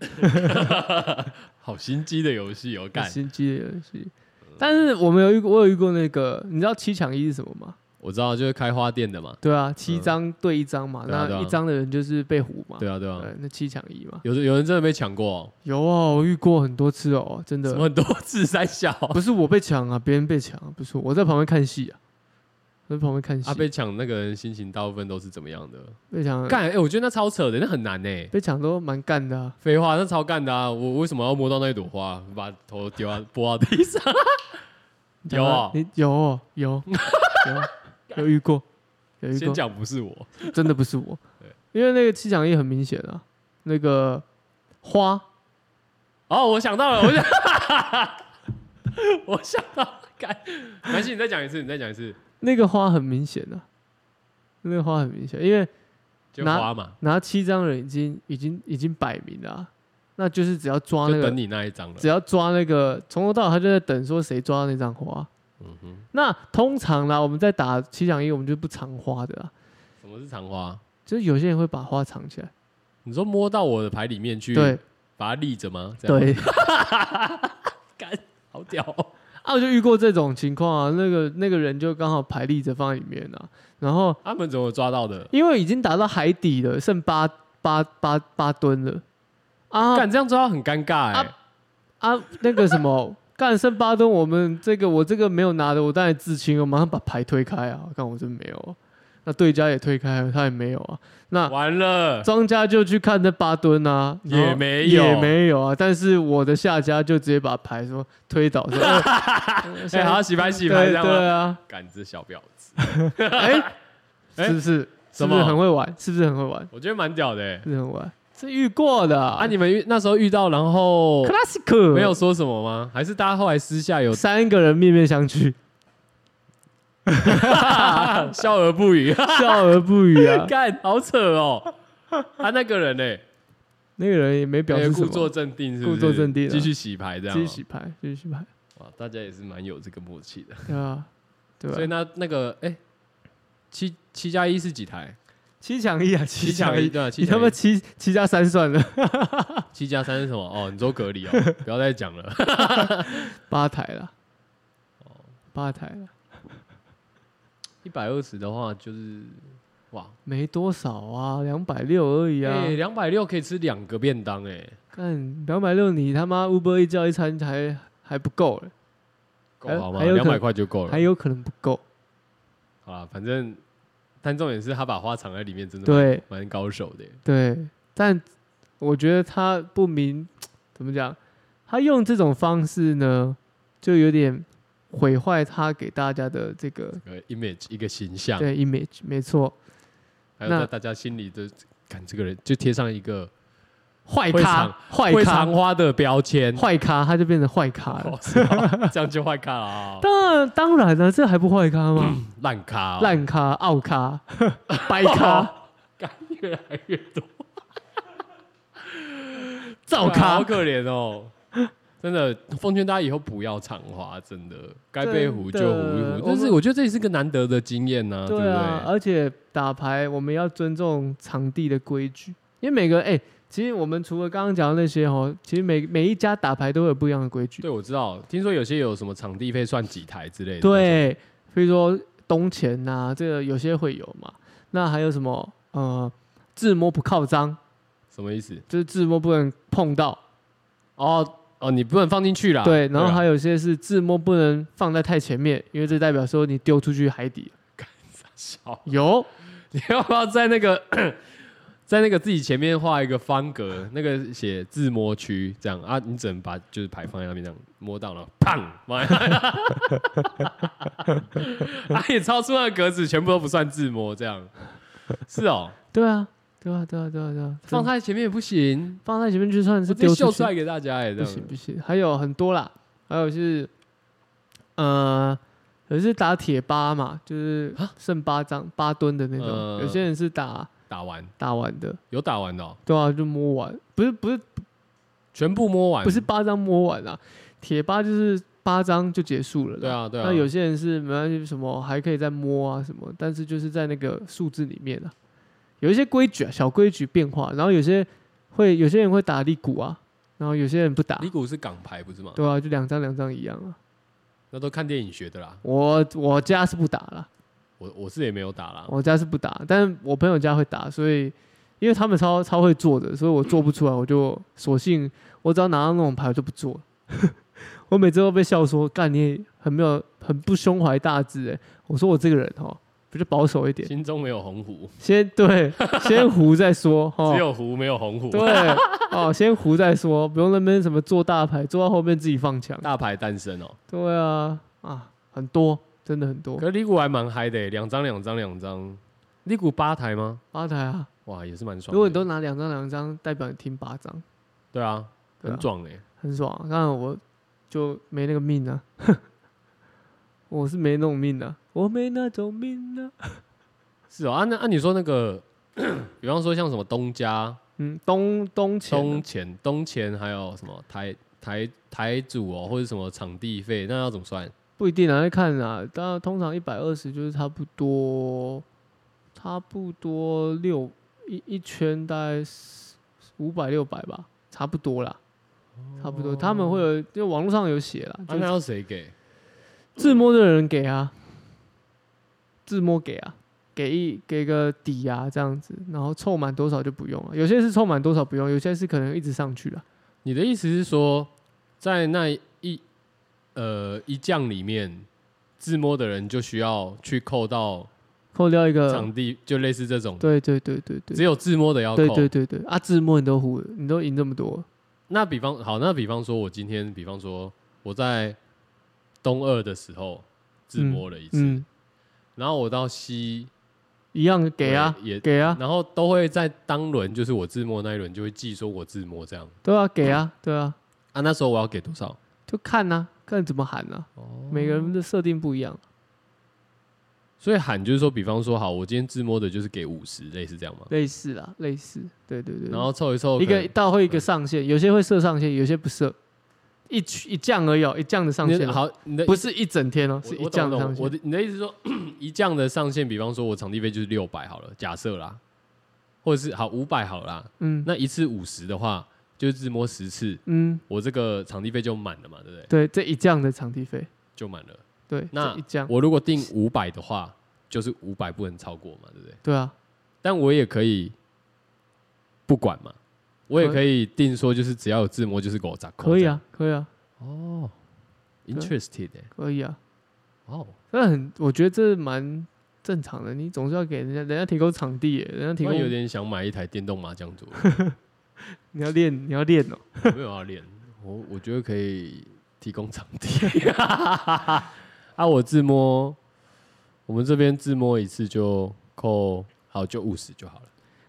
Speaker 2: 对，啊
Speaker 1: 好心机的游戏哦，干！
Speaker 2: 心机的游戏。但是我们有遇过，我有遇过那个，你知道七抢一是什么吗？
Speaker 1: 我知道，就是开花店的嘛。
Speaker 2: 对啊，七张对一张嘛，
Speaker 1: 嗯对啊对啊
Speaker 2: 那一张的人就是被唬嘛。
Speaker 1: 对啊，对啊，
Speaker 2: 对，那七抢一嘛，
Speaker 1: 有有人真的被抢过哦，
Speaker 2: 有啊，我遇过很多次哦，真的
Speaker 1: 什。么很多次三小
Speaker 2: [LAUGHS] 不是我被抢啊，别人被抢、啊，不是我我在旁边看戏啊，我在旁边看戏、
Speaker 1: 啊，被抢那个人心情大部分都是怎么样的？
Speaker 2: 被抢啊
Speaker 1: 干，哎，我觉得那超扯的，那很难呢。
Speaker 2: 被抢都蛮干的、啊，
Speaker 1: 废话，那超干的啊！我为什么要摸到那一朵花？把头丢到拨到地
Speaker 2: [LAUGHS]
Speaker 1: 上？有啊
Speaker 2: 你有哦有
Speaker 1: [LAUGHS]
Speaker 2: 有有遇过，有遇
Speaker 1: 先
Speaker 2: 过，
Speaker 1: 讲不是我，
Speaker 2: 真的不是我
Speaker 1: 对，
Speaker 2: 因为那个七抢一很明显啊，那个花
Speaker 1: 哦，我想到了，我想， [LAUGHS] 我想到，干，没关系，你再讲一次，你再讲一次，
Speaker 2: 那个花很明显啊，那个花很明显，因为
Speaker 1: 就
Speaker 2: 拿
Speaker 1: 花嘛，
Speaker 2: 拿七张人已经已经已经摆明了啊、那就是只要哦抓那
Speaker 1: 就
Speaker 2: 个
Speaker 1: 等你那一张了
Speaker 2: 只。要抓那个从头到尾他就在等说谁抓到那张花。啊
Speaker 1: 嗯哼，
Speaker 2: 那通常啦，我们在打七抢一，我们就不藏花的啦，
Speaker 1: 什么是长花？
Speaker 2: 就是有些人会把花藏起来。
Speaker 1: 你说摸到我的牌里面去，
Speaker 2: 对，
Speaker 1: 把它立着吗？这样， [LAUGHS]
Speaker 2: 对， [LAUGHS]
Speaker 1: 好屌哦、
Speaker 2: 啊，我就遇过这种情况啊，那个那个人就刚好牌立着放在里面啊，然后
Speaker 1: 他们怎么抓到的？
Speaker 2: 因为已经打到海底了，剩八八八八吨了啊
Speaker 1: 干这样抓到很尴尬哎、
Speaker 2: 啊，那个什么。 [LAUGHS] 干剩八吨，我们这个我这个没有拿的，我当然自清了，我马上把牌推开啊！看我真没有啊，那对家也推开了，他也没有啊。那
Speaker 1: 欸完 [LAUGHS] 了，
Speaker 2: 庄家就去看那八吨啊，
Speaker 1: 也
Speaker 2: 然后
Speaker 1: 没有
Speaker 2: 也没有啊。但是我的下家就直接把牌说推
Speaker 1: [LAUGHS]
Speaker 2: 倒说，哎
Speaker 1: 哎、好洗牌洗牌这
Speaker 2: 对
Speaker 1: 样吗？
Speaker 2: 对啊，
Speaker 1: 干这小婊子， [LAUGHS]
Speaker 2: 哎，
Speaker 1: 哎
Speaker 2: 是不是？是
Speaker 1: 什
Speaker 2: 不
Speaker 1: 么
Speaker 2: 是很会玩？是不是很会玩？
Speaker 1: 我觉得蛮屌的哎、
Speaker 2: 是不是很会玩，是遇过的
Speaker 1: 啊，
Speaker 2: 啊。哦
Speaker 1: 你们遇那时候遇到，然后
Speaker 2: Classic
Speaker 1: 没有说什么吗？还是大家后来私下有
Speaker 2: 三个人面面
Speaker 1: [LAUGHS]
Speaker 2: 相觑，
Speaker 1: 笑而不语？。
Speaker 2: 笑而不语啊
Speaker 1: 干，好扯哦！他那个人呢、
Speaker 2: 那个人也没表
Speaker 1: 欸，
Speaker 2: 示什
Speaker 1: 故
Speaker 2: 作
Speaker 1: 作镇定是不是，
Speaker 2: 故作镇定啊
Speaker 1: 继续洗牌这样哦、
Speaker 2: 继续洗牌，继续洗牌。
Speaker 1: 哇，大家也是蛮有这个默契的。
Speaker 2: 对啊，对
Speaker 1: 所以
Speaker 2: 吧？
Speaker 1: 那那个哎、七七加一是几台？
Speaker 2: 七抢一啊，七抢一，
Speaker 1: 对啊，七
Speaker 2: 你他
Speaker 1: 加
Speaker 2: 妈
Speaker 1: 一
Speaker 2: 七七加三算了，
Speaker 1: 七加三是什么？哦，你说隔
Speaker 2: [LAUGHS]
Speaker 1: 离哦，不要再讲了。
Speaker 2: 八台了，
Speaker 1: 哦
Speaker 2: 八台了，
Speaker 1: 一百二十的话就是哇，
Speaker 2: 没多少啊，两百六而已啊。
Speaker 1: 哎、两百六可以吃两个便当哎、
Speaker 2: 看两百六，你他妈 Uber 一叫一餐还还不够嘞，
Speaker 1: 够
Speaker 2: 还
Speaker 1: 好吗？
Speaker 2: 还有可
Speaker 1: 两
Speaker 2: 能
Speaker 1: 百块就够了
Speaker 2: 还。有可能不够。
Speaker 1: 好啦，反正但重点是他把花藏在里面，真的蛮
Speaker 2: 对
Speaker 1: 蛮高手的耶。
Speaker 2: 对，但我觉得他不明怎么讲，他用这种方式呢，就有点毁坏他给大家的这个
Speaker 1: 一个 image 一个形象，
Speaker 2: 对 image，没错，
Speaker 1: 还有
Speaker 2: 那
Speaker 1: 在大家心里的看这个人就贴上一个
Speaker 2: 坏
Speaker 1: 会
Speaker 2: 咖
Speaker 1: 藏
Speaker 2: 坏
Speaker 1: 会
Speaker 2: 咖
Speaker 1: 藏花的标签。
Speaker 2: 坏咖，他就变成坏咖了
Speaker 1: 哦。是吗这样就坏咖了啊、
Speaker 2: 当然当然了、这还不坏咖吗？
Speaker 1: 烂咖、哦，
Speaker 2: 烂咖、傲咖、白咖、
Speaker 1: 干哦越来越多，
Speaker 2: 造
Speaker 1: 干啊好
Speaker 2: 咖，
Speaker 1: 可怜哦。真的，奉劝大家以后不要藏花，真的该
Speaker 2: 真
Speaker 1: 被糊就糊
Speaker 2: 的
Speaker 1: 一糊。
Speaker 2: 我
Speaker 1: 但是
Speaker 2: 们
Speaker 1: 我觉得这也是个难得的经验呐、
Speaker 2: 对啊，而且打牌我们要尊重场地的规矩，因为每个哎、其实我们除了刚刚讲的那些哦，其实每每一家打牌都有不一样的规
Speaker 1: 不对？
Speaker 2: 矩。
Speaker 1: 对，我知道，听说有些有什么场地费算几台之类的。，
Speaker 2: 对，比如说东钱呐、这个有些会有嘛。那还有什么呃，自摸不靠张，
Speaker 1: 什么意思？
Speaker 2: 就是自摸不能碰到。
Speaker 1: 哦哦，你不能放进去啦。
Speaker 2: 对，然后
Speaker 1: 啊
Speaker 2: 还有些是自摸不能放在太前面，因为这代表说你丢出去海底。
Speaker 1: 啊
Speaker 2: [LAUGHS]
Speaker 1: 小，
Speaker 2: 有，
Speaker 1: [LAUGHS] 你要不要在那个 [CLEARS THROAT] 在那个自己前面画一个方格，那个写自摸区这样啊？你只能把就是牌放在那边这样摸到了，砰！妈呀！ [LAUGHS] 啊，也超出那个格子，全部都不算自摸，这样是哦，
Speaker 2: 对啊，对啊，对啊，对啊，对啊，
Speaker 1: 放太前面也不行，
Speaker 2: 放在前面就算
Speaker 1: 我
Speaker 2: 是
Speaker 1: 直接
Speaker 2: 丢出
Speaker 1: 秀
Speaker 2: 去。
Speaker 1: 出给大家哎，这
Speaker 2: 不
Speaker 1: 样
Speaker 2: 行不行，还有很多啦，还有是，呃，有些打铁八嘛，就是剩八张八吨的那种，
Speaker 1: 啊呃
Speaker 2: 有些人是打
Speaker 1: 打完
Speaker 2: 打完的，
Speaker 1: 有打完的哦，
Speaker 2: 对啊，就摸完，不是不是
Speaker 1: 全部摸完
Speaker 2: 不是八张摸完啊，铁八就是八张就结束了啦，
Speaker 1: 对啊对啊
Speaker 2: 那有些人是没关系，什么还可以再摸啊什么，但是就是在那个数字里面啊，有一些规矩啊，小规矩变化，然后有些会有些人会打立鼓啊，然后有些人不打
Speaker 1: 李，谷是港牌不是吗？
Speaker 2: 对啊，就两张两张一样啊。
Speaker 1: 那都看电影学的啦，
Speaker 2: 我我家是不打了，
Speaker 1: 我我是也没有打啦，
Speaker 2: 我家是不打，但我朋友家会打，所以因为他们超超会做的，所以我做不出来，我就索性我只要拿到那种牌，我就不做 [LAUGHS] 了。我每次都被笑说，干你也很没有很不胸怀大志哎、我说我这个人哦，比较保守一点，
Speaker 1: 心中没有鸿鹄。
Speaker 2: 先
Speaker 1: [LAUGHS]
Speaker 2: 对，先胡再说哦
Speaker 1: 只。有湖没有红湖，
Speaker 2: 对，哦，先胡再说，不用那边什么做大牌，做到后面自己放枪。
Speaker 1: 大牌诞生哦。
Speaker 2: 对啊，啊，很多，真的很多
Speaker 1: 可。是李谷还蛮嗨的耶，两张两张两张，李谷八台吗？
Speaker 2: 八台啊，
Speaker 1: 哇，也是蛮爽的。
Speaker 2: 如果你都拿两张两张，代表你听八张，
Speaker 1: 对啊，
Speaker 2: 对啊
Speaker 1: 很壮哎。
Speaker 2: 很爽啊。当然我就没那个命啊， [LAUGHS] 我是没那种命啊，我没那种命啊。
Speaker 1: 是哦，啊那按你说那个， [CLEARS THROAT] 比方说像什么东家、
Speaker 2: 嗯，东东钱
Speaker 1: 东
Speaker 2: 啊
Speaker 1: 钱、东钱，还有什么台台台主哦，或者什么场地费，那要怎么算？
Speaker 2: 不一定啊，要看啊。当然，通常一百二十就是差不多，差不多六一一圈大概五百六百吧，差不多啦，差不多。他们会有，就网络上有写啦，
Speaker 1: 哦啊
Speaker 2: 就
Speaker 1: 那
Speaker 2: 是
Speaker 1: 要谁给？
Speaker 2: 自摸的人给啊，自摸给啊，给一给个底啊，这样子，然后凑满多少就不用啊了。有些是凑满多少不用，有些是可能一直上去了。啊
Speaker 1: 你的意思是说，在那一呃一将里面，自摸的人就需要去扣到
Speaker 2: 扣掉一个
Speaker 1: 场，地，就类似这种，
Speaker 2: 呃对对对对
Speaker 1: 只
Speaker 2: 对，
Speaker 1: 有自摸的要扣。
Speaker 2: 对对对对啊！自摸你都胡，你都赢这么多，
Speaker 1: 那比方好，那比方说，我今天比方说我在东二的时候自摸了一次，
Speaker 2: 嗯，
Speaker 1: 然后我到西
Speaker 2: 一样给啊，
Speaker 1: 我也，
Speaker 2: 给啊，
Speaker 1: 然后都会在当轮就是我自摸那一轮就会记说我自摸这样
Speaker 2: 对啊，给啊，对啊，
Speaker 1: 啊，那时候我要给多少？
Speaker 2: 就看呐、看怎么喊呐、
Speaker 1: 哦
Speaker 2: 每个人的设定不一样，
Speaker 1: 所以喊就是说，比方说好，我今天自摸的就是给五十，类似这样嘛，
Speaker 2: 类似啦，类似，对对对，
Speaker 1: 然后凑一凑
Speaker 2: 一
Speaker 1: 可
Speaker 2: 个
Speaker 1: 能
Speaker 2: 到会一个上限，有些会设上限，有些不设，一区一降而已、哦，一降的上
Speaker 1: 你
Speaker 2: 限
Speaker 1: 的
Speaker 2: 哦，
Speaker 1: 好，你的
Speaker 2: 不是一整天哦，
Speaker 1: 我
Speaker 2: 是一
Speaker 1: 我
Speaker 2: 降
Speaker 1: 懂
Speaker 2: 的
Speaker 1: 懂
Speaker 2: 上限。
Speaker 1: 我的你的意思是说 [CLEARS THROAT] 一降的上限，比方说我场地费就是六百好了，假设啦，或者是好五百好了啦，
Speaker 2: 嗯
Speaker 1: 那一次五十的话，就是自摸十次，
Speaker 2: 嗯，
Speaker 1: 我这个场地费就满了嘛，对不对？
Speaker 2: 对，这一降的场地费，
Speaker 1: 就满了。
Speaker 2: 对，
Speaker 1: 那
Speaker 2: 这一降，
Speaker 1: 我如果定五百的话，就是五百不能超过嘛，对不对？
Speaker 2: 对啊，
Speaker 1: 但我也可以不管嘛，我也可以定说，就是只要有自摸就是狗砸。
Speaker 2: 可以啊，可以啊，
Speaker 1: 这样。哦，interested 欸
Speaker 2: 可以啊，
Speaker 1: 哦，
Speaker 2: 那很，我觉得这蛮正常的，你总是要给人家，人家提供场地耶，人家提
Speaker 1: 突
Speaker 2: 供，
Speaker 1: 然有点想买一台电动麻将桌，
Speaker 2: 你要练，你要练哦，
Speaker 1: 我没有要练，我我觉得可以提供场地。 [LAUGHS] 啊，我自摸，我们这边自摸一次就扣好就五十就好了。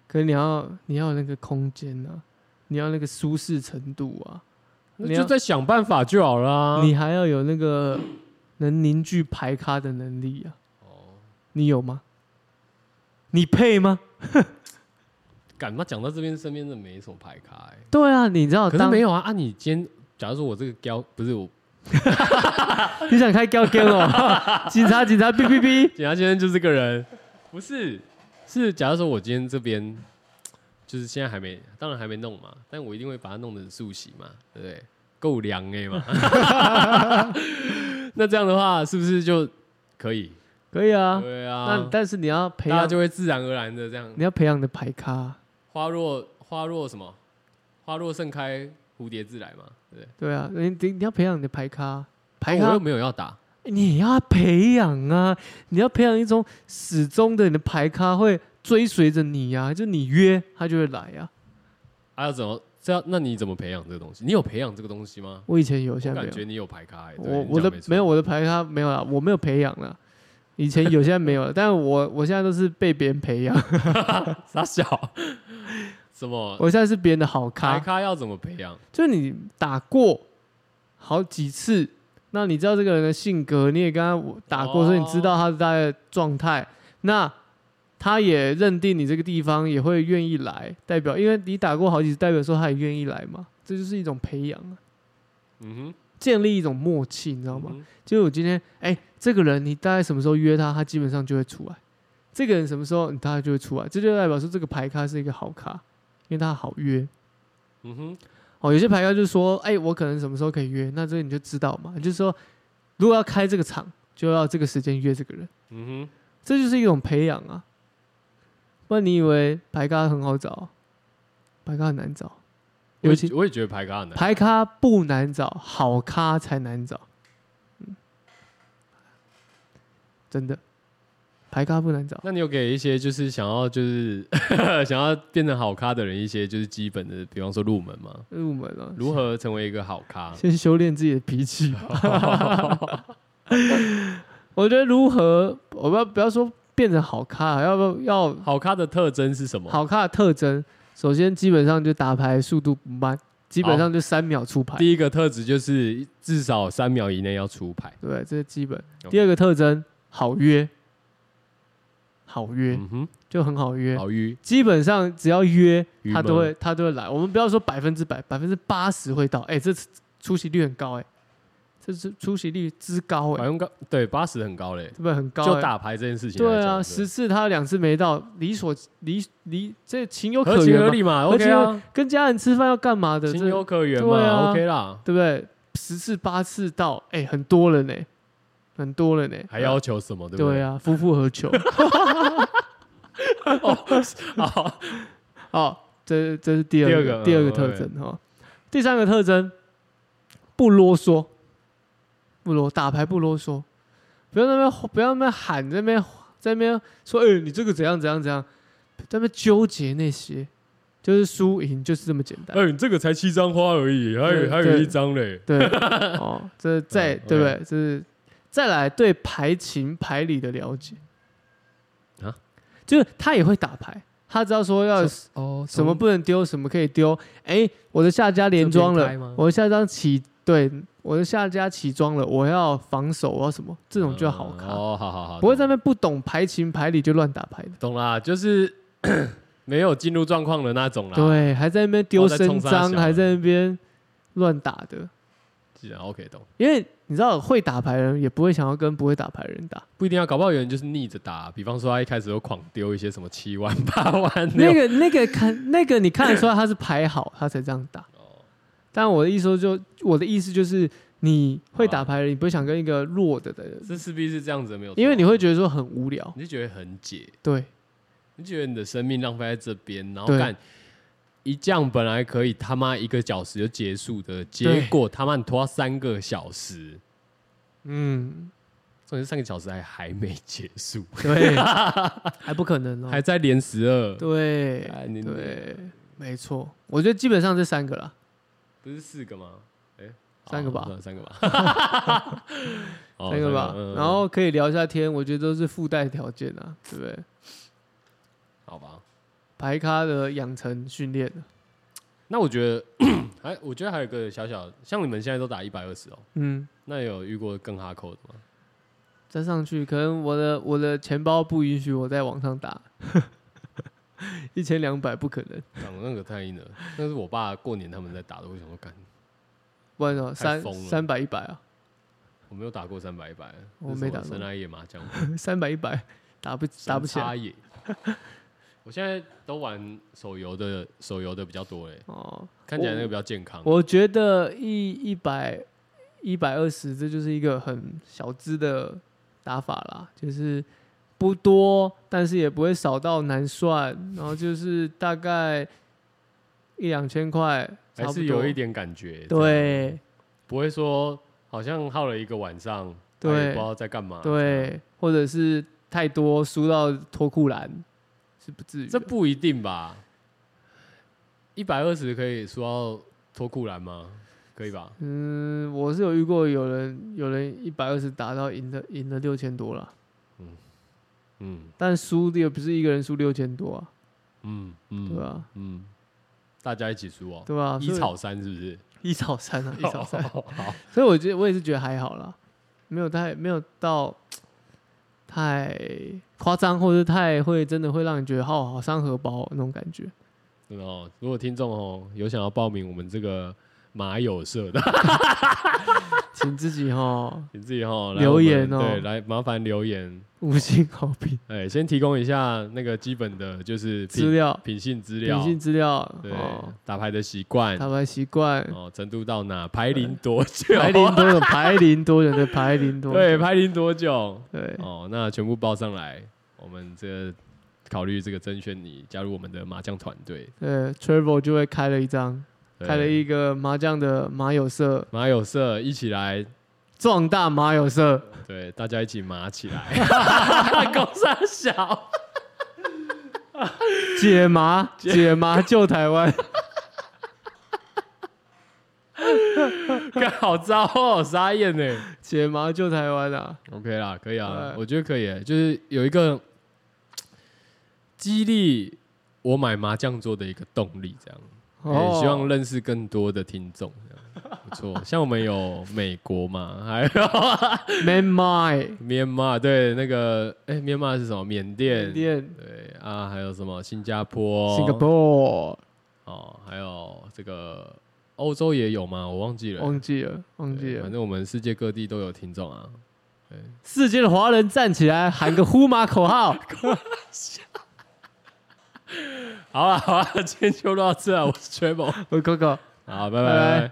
Speaker 2: 可是你要你要有那个空间啊，你要那个舒适程度啊，
Speaker 1: 那
Speaker 2: 你
Speaker 1: 就
Speaker 2: 要
Speaker 1: 再想办法就好啊啦。
Speaker 2: 你还要有那个能凝聚排咖的能力啊，你有吗？你配吗？
Speaker 1: 敢嘛？讲到这边，身边真的没什么牌卡、欸。
Speaker 2: 对啊，你知道
Speaker 1: 可是
Speaker 2: 当
Speaker 1: 没有啊！啊，你今天假如说我这个胶不是我，
Speaker 2: 你想开高跟哦， [LAUGHS] 警察警察哔哔哔，
Speaker 1: 警察先生就是这个人，不是是假如说我今天这边就是现在还没，当然还没弄嘛，但我一定会把它弄得很速洗嘛，对不对？够凉哎 [LAUGHS] 嘛，那这样的话是不是就可以？
Speaker 2: 可以啊，
Speaker 1: 对
Speaker 2: 那
Speaker 1: 啊，
Speaker 2: 但是你要培
Speaker 1: 大家
Speaker 2: 养
Speaker 1: 就会自然而然的这样。
Speaker 2: 你要培养的排咖啊，
Speaker 1: 花若花若什么？花若盛开，蝴蝶自来嘛，对不对？
Speaker 2: 对啊，你你你要培养你的排咖啊，排
Speaker 1: 我
Speaker 2: 咖
Speaker 1: 又没有要打，
Speaker 2: 你要培养啊，你要培养一种始终的你的排咖会追随着你呀、啊，就你约他就会来啊。
Speaker 1: 还、要怎么？这样那你怎么培养这个东西？你有培养这个东西吗？
Speaker 2: 我以前有，
Speaker 1: 我
Speaker 2: 现在没
Speaker 1: 感
Speaker 2: 有
Speaker 1: 觉。你有排咖、欸，对
Speaker 2: 我
Speaker 1: 你
Speaker 2: 我
Speaker 1: 讲
Speaker 2: 的
Speaker 1: 没错
Speaker 2: 没有我的排咖没有啦，我没有培养啦。以前有，现在没有了，但我我现在都是被别人培养，
Speaker 1: 哦傻小， [LAUGHS] 什么
Speaker 2: 我现在是别人的好
Speaker 1: 排
Speaker 2: 咖，
Speaker 1: 咖要怎么培养？
Speaker 2: 就是你打过好几次，那你知道这个人的性格，你也跟他打过，
Speaker 1: 哦
Speaker 2: 所以你知道他的大概状态，那他也认定你这个地方也会愿意来，代表因为你打过好几次，代表说他也愿意来嘛，这就是一种培养啊，
Speaker 1: 嗯哼，
Speaker 2: 建立一种默契，你知道吗？
Speaker 1: 嗯哼？
Speaker 2: 就我今天，哎、这个人你大概什么时候约他，他基本上就会出来。这个人什么时候你大概就会出来，这就代表说这个牌咖是一个好咖，因为他好约。
Speaker 1: 嗯哼，
Speaker 2: 哦，有些牌咖就说，哎、我可能什么时候可以约，那这个你就知道嘛。就是说，如果要开这个场，就要这个时间约这个人，
Speaker 1: 嗯哼，
Speaker 2: 这就是一种培养啊。不然你以为牌咖很好找？牌咖很难找，
Speaker 1: 我
Speaker 2: 尤
Speaker 1: 也
Speaker 2: 其
Speaker 1: 我也觉得排咖很难。
Speaker 2: 牌咖不难找，好咖才难找。嗯，真的，牌咖不难找。
Speaker 1: 那你有给一些就是想要就是 [LAUGHS] 想要变成好咖的人一些就是基本的，比方说入门吗？
Speaker 2: 入门了，
Speaker 1: 如何成为一个好咖？
Speaker 2: 先修炼自己的脾气吧。我觉得如何，我不要不要说变成好咖，要不要
Speaker 1: [LAUGHS] 好咖的特征是什么？
Speaker 2: 好咖的特征？首先，基本上就打牌速度不慢，基本上就三秒出牌。
Speaker 1: 第一个特质就是至少三秒以内要出牌。
Speaker 2: 对，这是基本。
Speaker 1: OK
Speaker 2: 第二个特征，好约，好约、
Speaker 1: 嗯哼，
Speaker 2: 就很好约。
Speaker 1: 好鱼，
Speaker 2: 基本上只要约
Speaker 1: 鱼
Speaker 2: 他
Speaker 1: 吗
Speaker 2: 都会他都会来。我们不要说百分之百，百分之八十会到。哎、这次出席率很高哎、这是出席率之高
Speaker 1: 百
Speaker 2: 哎、
Speaker 1: 分高对八十很高嘞，
Speaker 2: 是不是很高、
Speaker 1: 就
Speaker 2: 哎
Speaker 1: 打牌这件事情来
Speaker 2: 对
Speaker 1: 讲。
Speaker 2: 啊，十次他有两次没到，理所理理这情有
Speaker 1: 合
Speaker 2: 可
Speaker 1: 情
Speaker 2: 原
Speaker 1: 合
Speaker 2: 嘛。
Speaker 1: 理嘛
Speaker 2: 合情
Speaker 1: ，OK 啊，
Speaker 2: 跟家人吃饭要干嘛的？这
Speaker 1: 情有
Speaker 2: 对
Speaker 1: 可原
Speaker 2: 对啊
Speaker 1: 嘛，OK 啦，
Speaker 2: 不对？十次八次到，哎、很多了呢、很多哎了呢、
Speaker 1: 还要求什么，对不
Speaker 2: 对
Speaker 1: 对？
Speaker 2: 啊，夫复何
Speaker 1: [LAUGHS]
Speaker 2: 求？
Speaker 1: 好，
Speaker 2: [LAUGHS] 哦，这这是第二
Speaker 1: 第二
Speaker 2: 个
Speaker 1: 个
Speaker 2: 第二个
Speaker 1: 嗯
Speaker 2: 特
Speaker 1: 对
Speaker 2: 征哈、哦。第三个特征，不啰嗦，不啰打牌不啰嗦，不要在那边不要在那边喊，在那边在那边说，哎、你这个怎样怎样怎样，在那边纠结那些，就是输赢就是这么简单。
Speaker 1: 哎，你这个才七张花而已，还
Speaker 2: 对
Speaker 1: 有还有一张嘞， [LAUGHS]
Speaker 2: 对，哦，这再、
Speaker 1: 嗯
Speaker 2: 对不对？这是再来对牌情牌理的了解
Speaker 1: 啊，
Speaker 2: 就是他也会打牌，他知道说要
Speaker 1: 哦
Speaker 2: 什么不能丢，什么可以丢。哎，我的下家连庄
Speaker 1: 这边开
Speaker 2: 了
Speaker 1: 吗，
Speaker 2: 我的下家起对，我的下家起庄了，我要防守，我要什么？这种就好看，
Speaker 1: 哦，好好好，
Speaker 2: 不会在那
Speaker 1: 懂
Speaker 2: 边不懂牌情牌理就乱打牌的。
Speaker 1: 懂啦，就是 [COUGHS] 没有进入状况的那种啦。
Speaker 2: 对，还在那边丢
Speaker 1: 啊哦在
Speaker 2: 伸
Speaker 1: 冲杀
Speaker 2: 张，
Speaker 1: 小
Speaker 2: 还在那边乱打的。
Speaker 1: 既然 OK 懂，
Speaker 2: 因为你知道会打牌的人也不会想要跟不会打牌的人打，
Speaker 1: 不一定啊要，搞不好有人就是逆着打。啊比方说他一开始就狂丢一些什么七万八万
Speaker 2: 那
Speaker 1: 种
Speaker 2: 个那个看那个你看得出来他是牌好，他才这样打。
Speaker 1: 哦
Speaker 2: 但我的意思说就我的意思就是你会
Speaker 1: 好啊
Speaker 2: 打牌的人，你不会想跟一个弱的的人，
Speaker 1: 这势必是这样子的没有错，啊
Speaker 2: 因为你会觉得说很无聊。
Speaker 1: 你就觉得很解，
Speaker 2: 对
Speaker 1: 你就觉得你的生命浪费在这边，然后
Speaker 2: 对
Speaker 1: 干一降本来可以他妈一个小时就结束的，结
Speaker 2: 对
Speaker 1: 果他妈你拖到三个小时，
Speaker 2: [LAUGHS] 嗯，
Speaker 1: 重点是三个小时还还没结
Speaker 2: [LAUGHS]
Speaker 1: 束，
Speaker 2: 对，还不可能哦。
Speaker 1: 还在连十二，
Speaker 2: 对
Speaker 1: 哎你
Speaker 2: 对，没错，我觉得基本上这三个啦。
Speaker 1: 不是四个吗？哎、好
Speaker 2: 三个吧，
Speaker 1: 算三个吧，
Speaker 2: [LAUGHS]
Speaker 1: [LAUGHS] 哦
Speaker 2: 那个吧，
Speaker 1: 嗯
Speaker 2: 然后可以聊一下天，我觉得都是附带条件啊，对不对？
Speaker 1: 好吧。
Speaker 2: 排咖的养成训练，啊
Speaker 1: 那我觉得， [CLEARS THROAT] 还我觉得还有一个小小，像你们现在都打一百二十哦，
Speaker 2: 嗯，
Speaker 1: 那有遇过更哈扣的吗？
Speaker 2: 再上去，可能我的我的钱包不允许我在网上打， [LAUGHS] 一千两百不可能，
Speaker 1: 讲那个太硬了，那是我爸过年他们在打的，我想说干，
Speaker 2: 不然哦，
Speaker 1: 太
Speaker 2: 三
Speaker 1: 疯了
Speaker 2: 三百一百啊， [LAUGHS]
Speaker 1: 我没有打过三百一百，
Speaker 2: 我没打过
Speaker 1: 神来也麻将，
Speaker 2: 三百一百打不 [LAUGHS] 打不起
Speaker 1: 神
Speaker 2: 来
Speaker 1: 差野。 [LAUGHS] 我现在都玩手游的，手游的比较多嘞，
Speaker 2: 哦。
Speaker 1: 看起来那个比较健康。
Speaker 2: 我觉得一一百一百二十，这就是一个很小资的打法啦，就是不多，但是也不会少到难算，然后就是大概一两千块，差
Speaker 1: 还
Speaker 2: 不多
Speaker 1: 是有一点感觉，这样，
Speaker 2: 对
Speaker 1: 不会说好像耗了一个晚上，
Speaker 2: 对
Speaker 1: 哎不知道在干嘛。这样，
Speaker 2: 对，或者是太多输到脱裤篮，是不至于的。
Speaker 1: 这不一定吧？一百二十可以说到脱裤篮吗？可以吧？
Speaker 2: 嗯，我是有遇过有人有人一百二十打到赢的赢了六千多了，
Speaker 1: 嗯
Speaker 2: 但输的也不是一个人输六千多啊，
Speaker 1: 嗯
Speaker 2: 对
Speaker 1: 嗯
Speaker 2: 吧、
Speaker 1: 嗯，大家一起输哦，
Speaker 2: 对吧、
Speaker 1: 一
Speaker 2: 所以
Speaker 1: 草哦三是不是？
Speaker 2: [LAUGHS] 一早餐啊，一早餐。
Speaker 1: [LAUGHS] 好，好
Speaker 2: 所以我觉得我也是觉得还好啦，没有太没有到太夸张，或者是太会真的会让你觉得好好伤荷包那种感觉。
Speaker 1: 对哦。如果听众哦有想要报名我们这个马友社的， [LAUGHS]
Speaker 2: 请自己哈
Speaker 1: 你自己哦来
Speaker 2: 留
Speaker 1: 我们
Speaker 2: 言哦
Speaker 1: 对，来麻烦留言。
Speaker 2: 五星好评
Speaker 1: 哎，先提供一下那个基本的，就是品
Speaker 2: 资料、
Speaker 1: 品性资料
Speaker 2: 品，性资料
Speaker 1: 对
Speaker 2: 哦，，
Speaker 1: 打牌的习惯，
Speaker 2: 打牌习惯、
Speaker 1: 哦，程度到哪，排龄多久，
Speaker 2: 排
Speaker 1: [LAUGHS]
Speaker 2: 龄多久、排龄多久的排龄多久
Speaker 1: 对，排龄多久，
Speaker 2: 对
Speaker 1: 哦，那全部报上来，我们这个考虑这个甄选你加入我们的麻将团队，
Speaker 2: 对 t r a v e l 就会开了一张，
Speaker 1: 对
Speaker 2: 开了一个麻将的麻友社，
Speaker 1: 麻友社一起来，
Speaker 2: 壮大麻友社。
Speaker 1: 对，大家一起麻起来， [LAUGHS]
Speaker 2: [LAUGHS]
Speaker 1: 公三小，
Speaker 2: 解
Speaker 1: [LAUGHS]
Speaker 2: 麻，解麻救台湾。
Speaker 1: [LAUGHS] 干好糟哦，傻眼呢。
Speaker 2: 解麻救台湾啊！
Speaker 1: OK 啦，可以啊，
Speaker 2: 对
Speaker 1: 我觉得可以欸，就是有一个激励我买麻将桌的一个动力，这样。
Speaker 2: 哦，
Speaker 1: [LAUGHS] 也希望认识更多的听众，这样不错。像我们有美国嘛，还有 [LAUGHS]
Speaker 2: Man My
Speaker 1: 缅甸，对，那个哎，缅甸是什么？缅甸，
Speaker 2: 店
Speaker 1: 对啊，还有什么？新加坡，
Speaker 2: Singapore
Speaker 1: 哦，还有这个哦欧洲也有吗？我忘记了，
Speaker 2: 忘记了，忘记
Speaker 1: 对反
Speaker 2: 了。
Speaker 1: 正我们世界各地都有听众啊。
Speaker 2: 世界的华人站起来，喊个呼马
Speaker 1: [LAUGHS]
Speaker 2: 口号。
Speaker 1: 好了好了，今天就到这啊，我是 Travel，
Speaker 2: 我 Coco。
Speaker 1: 好，拜拜
Speaker 2: 拜拜。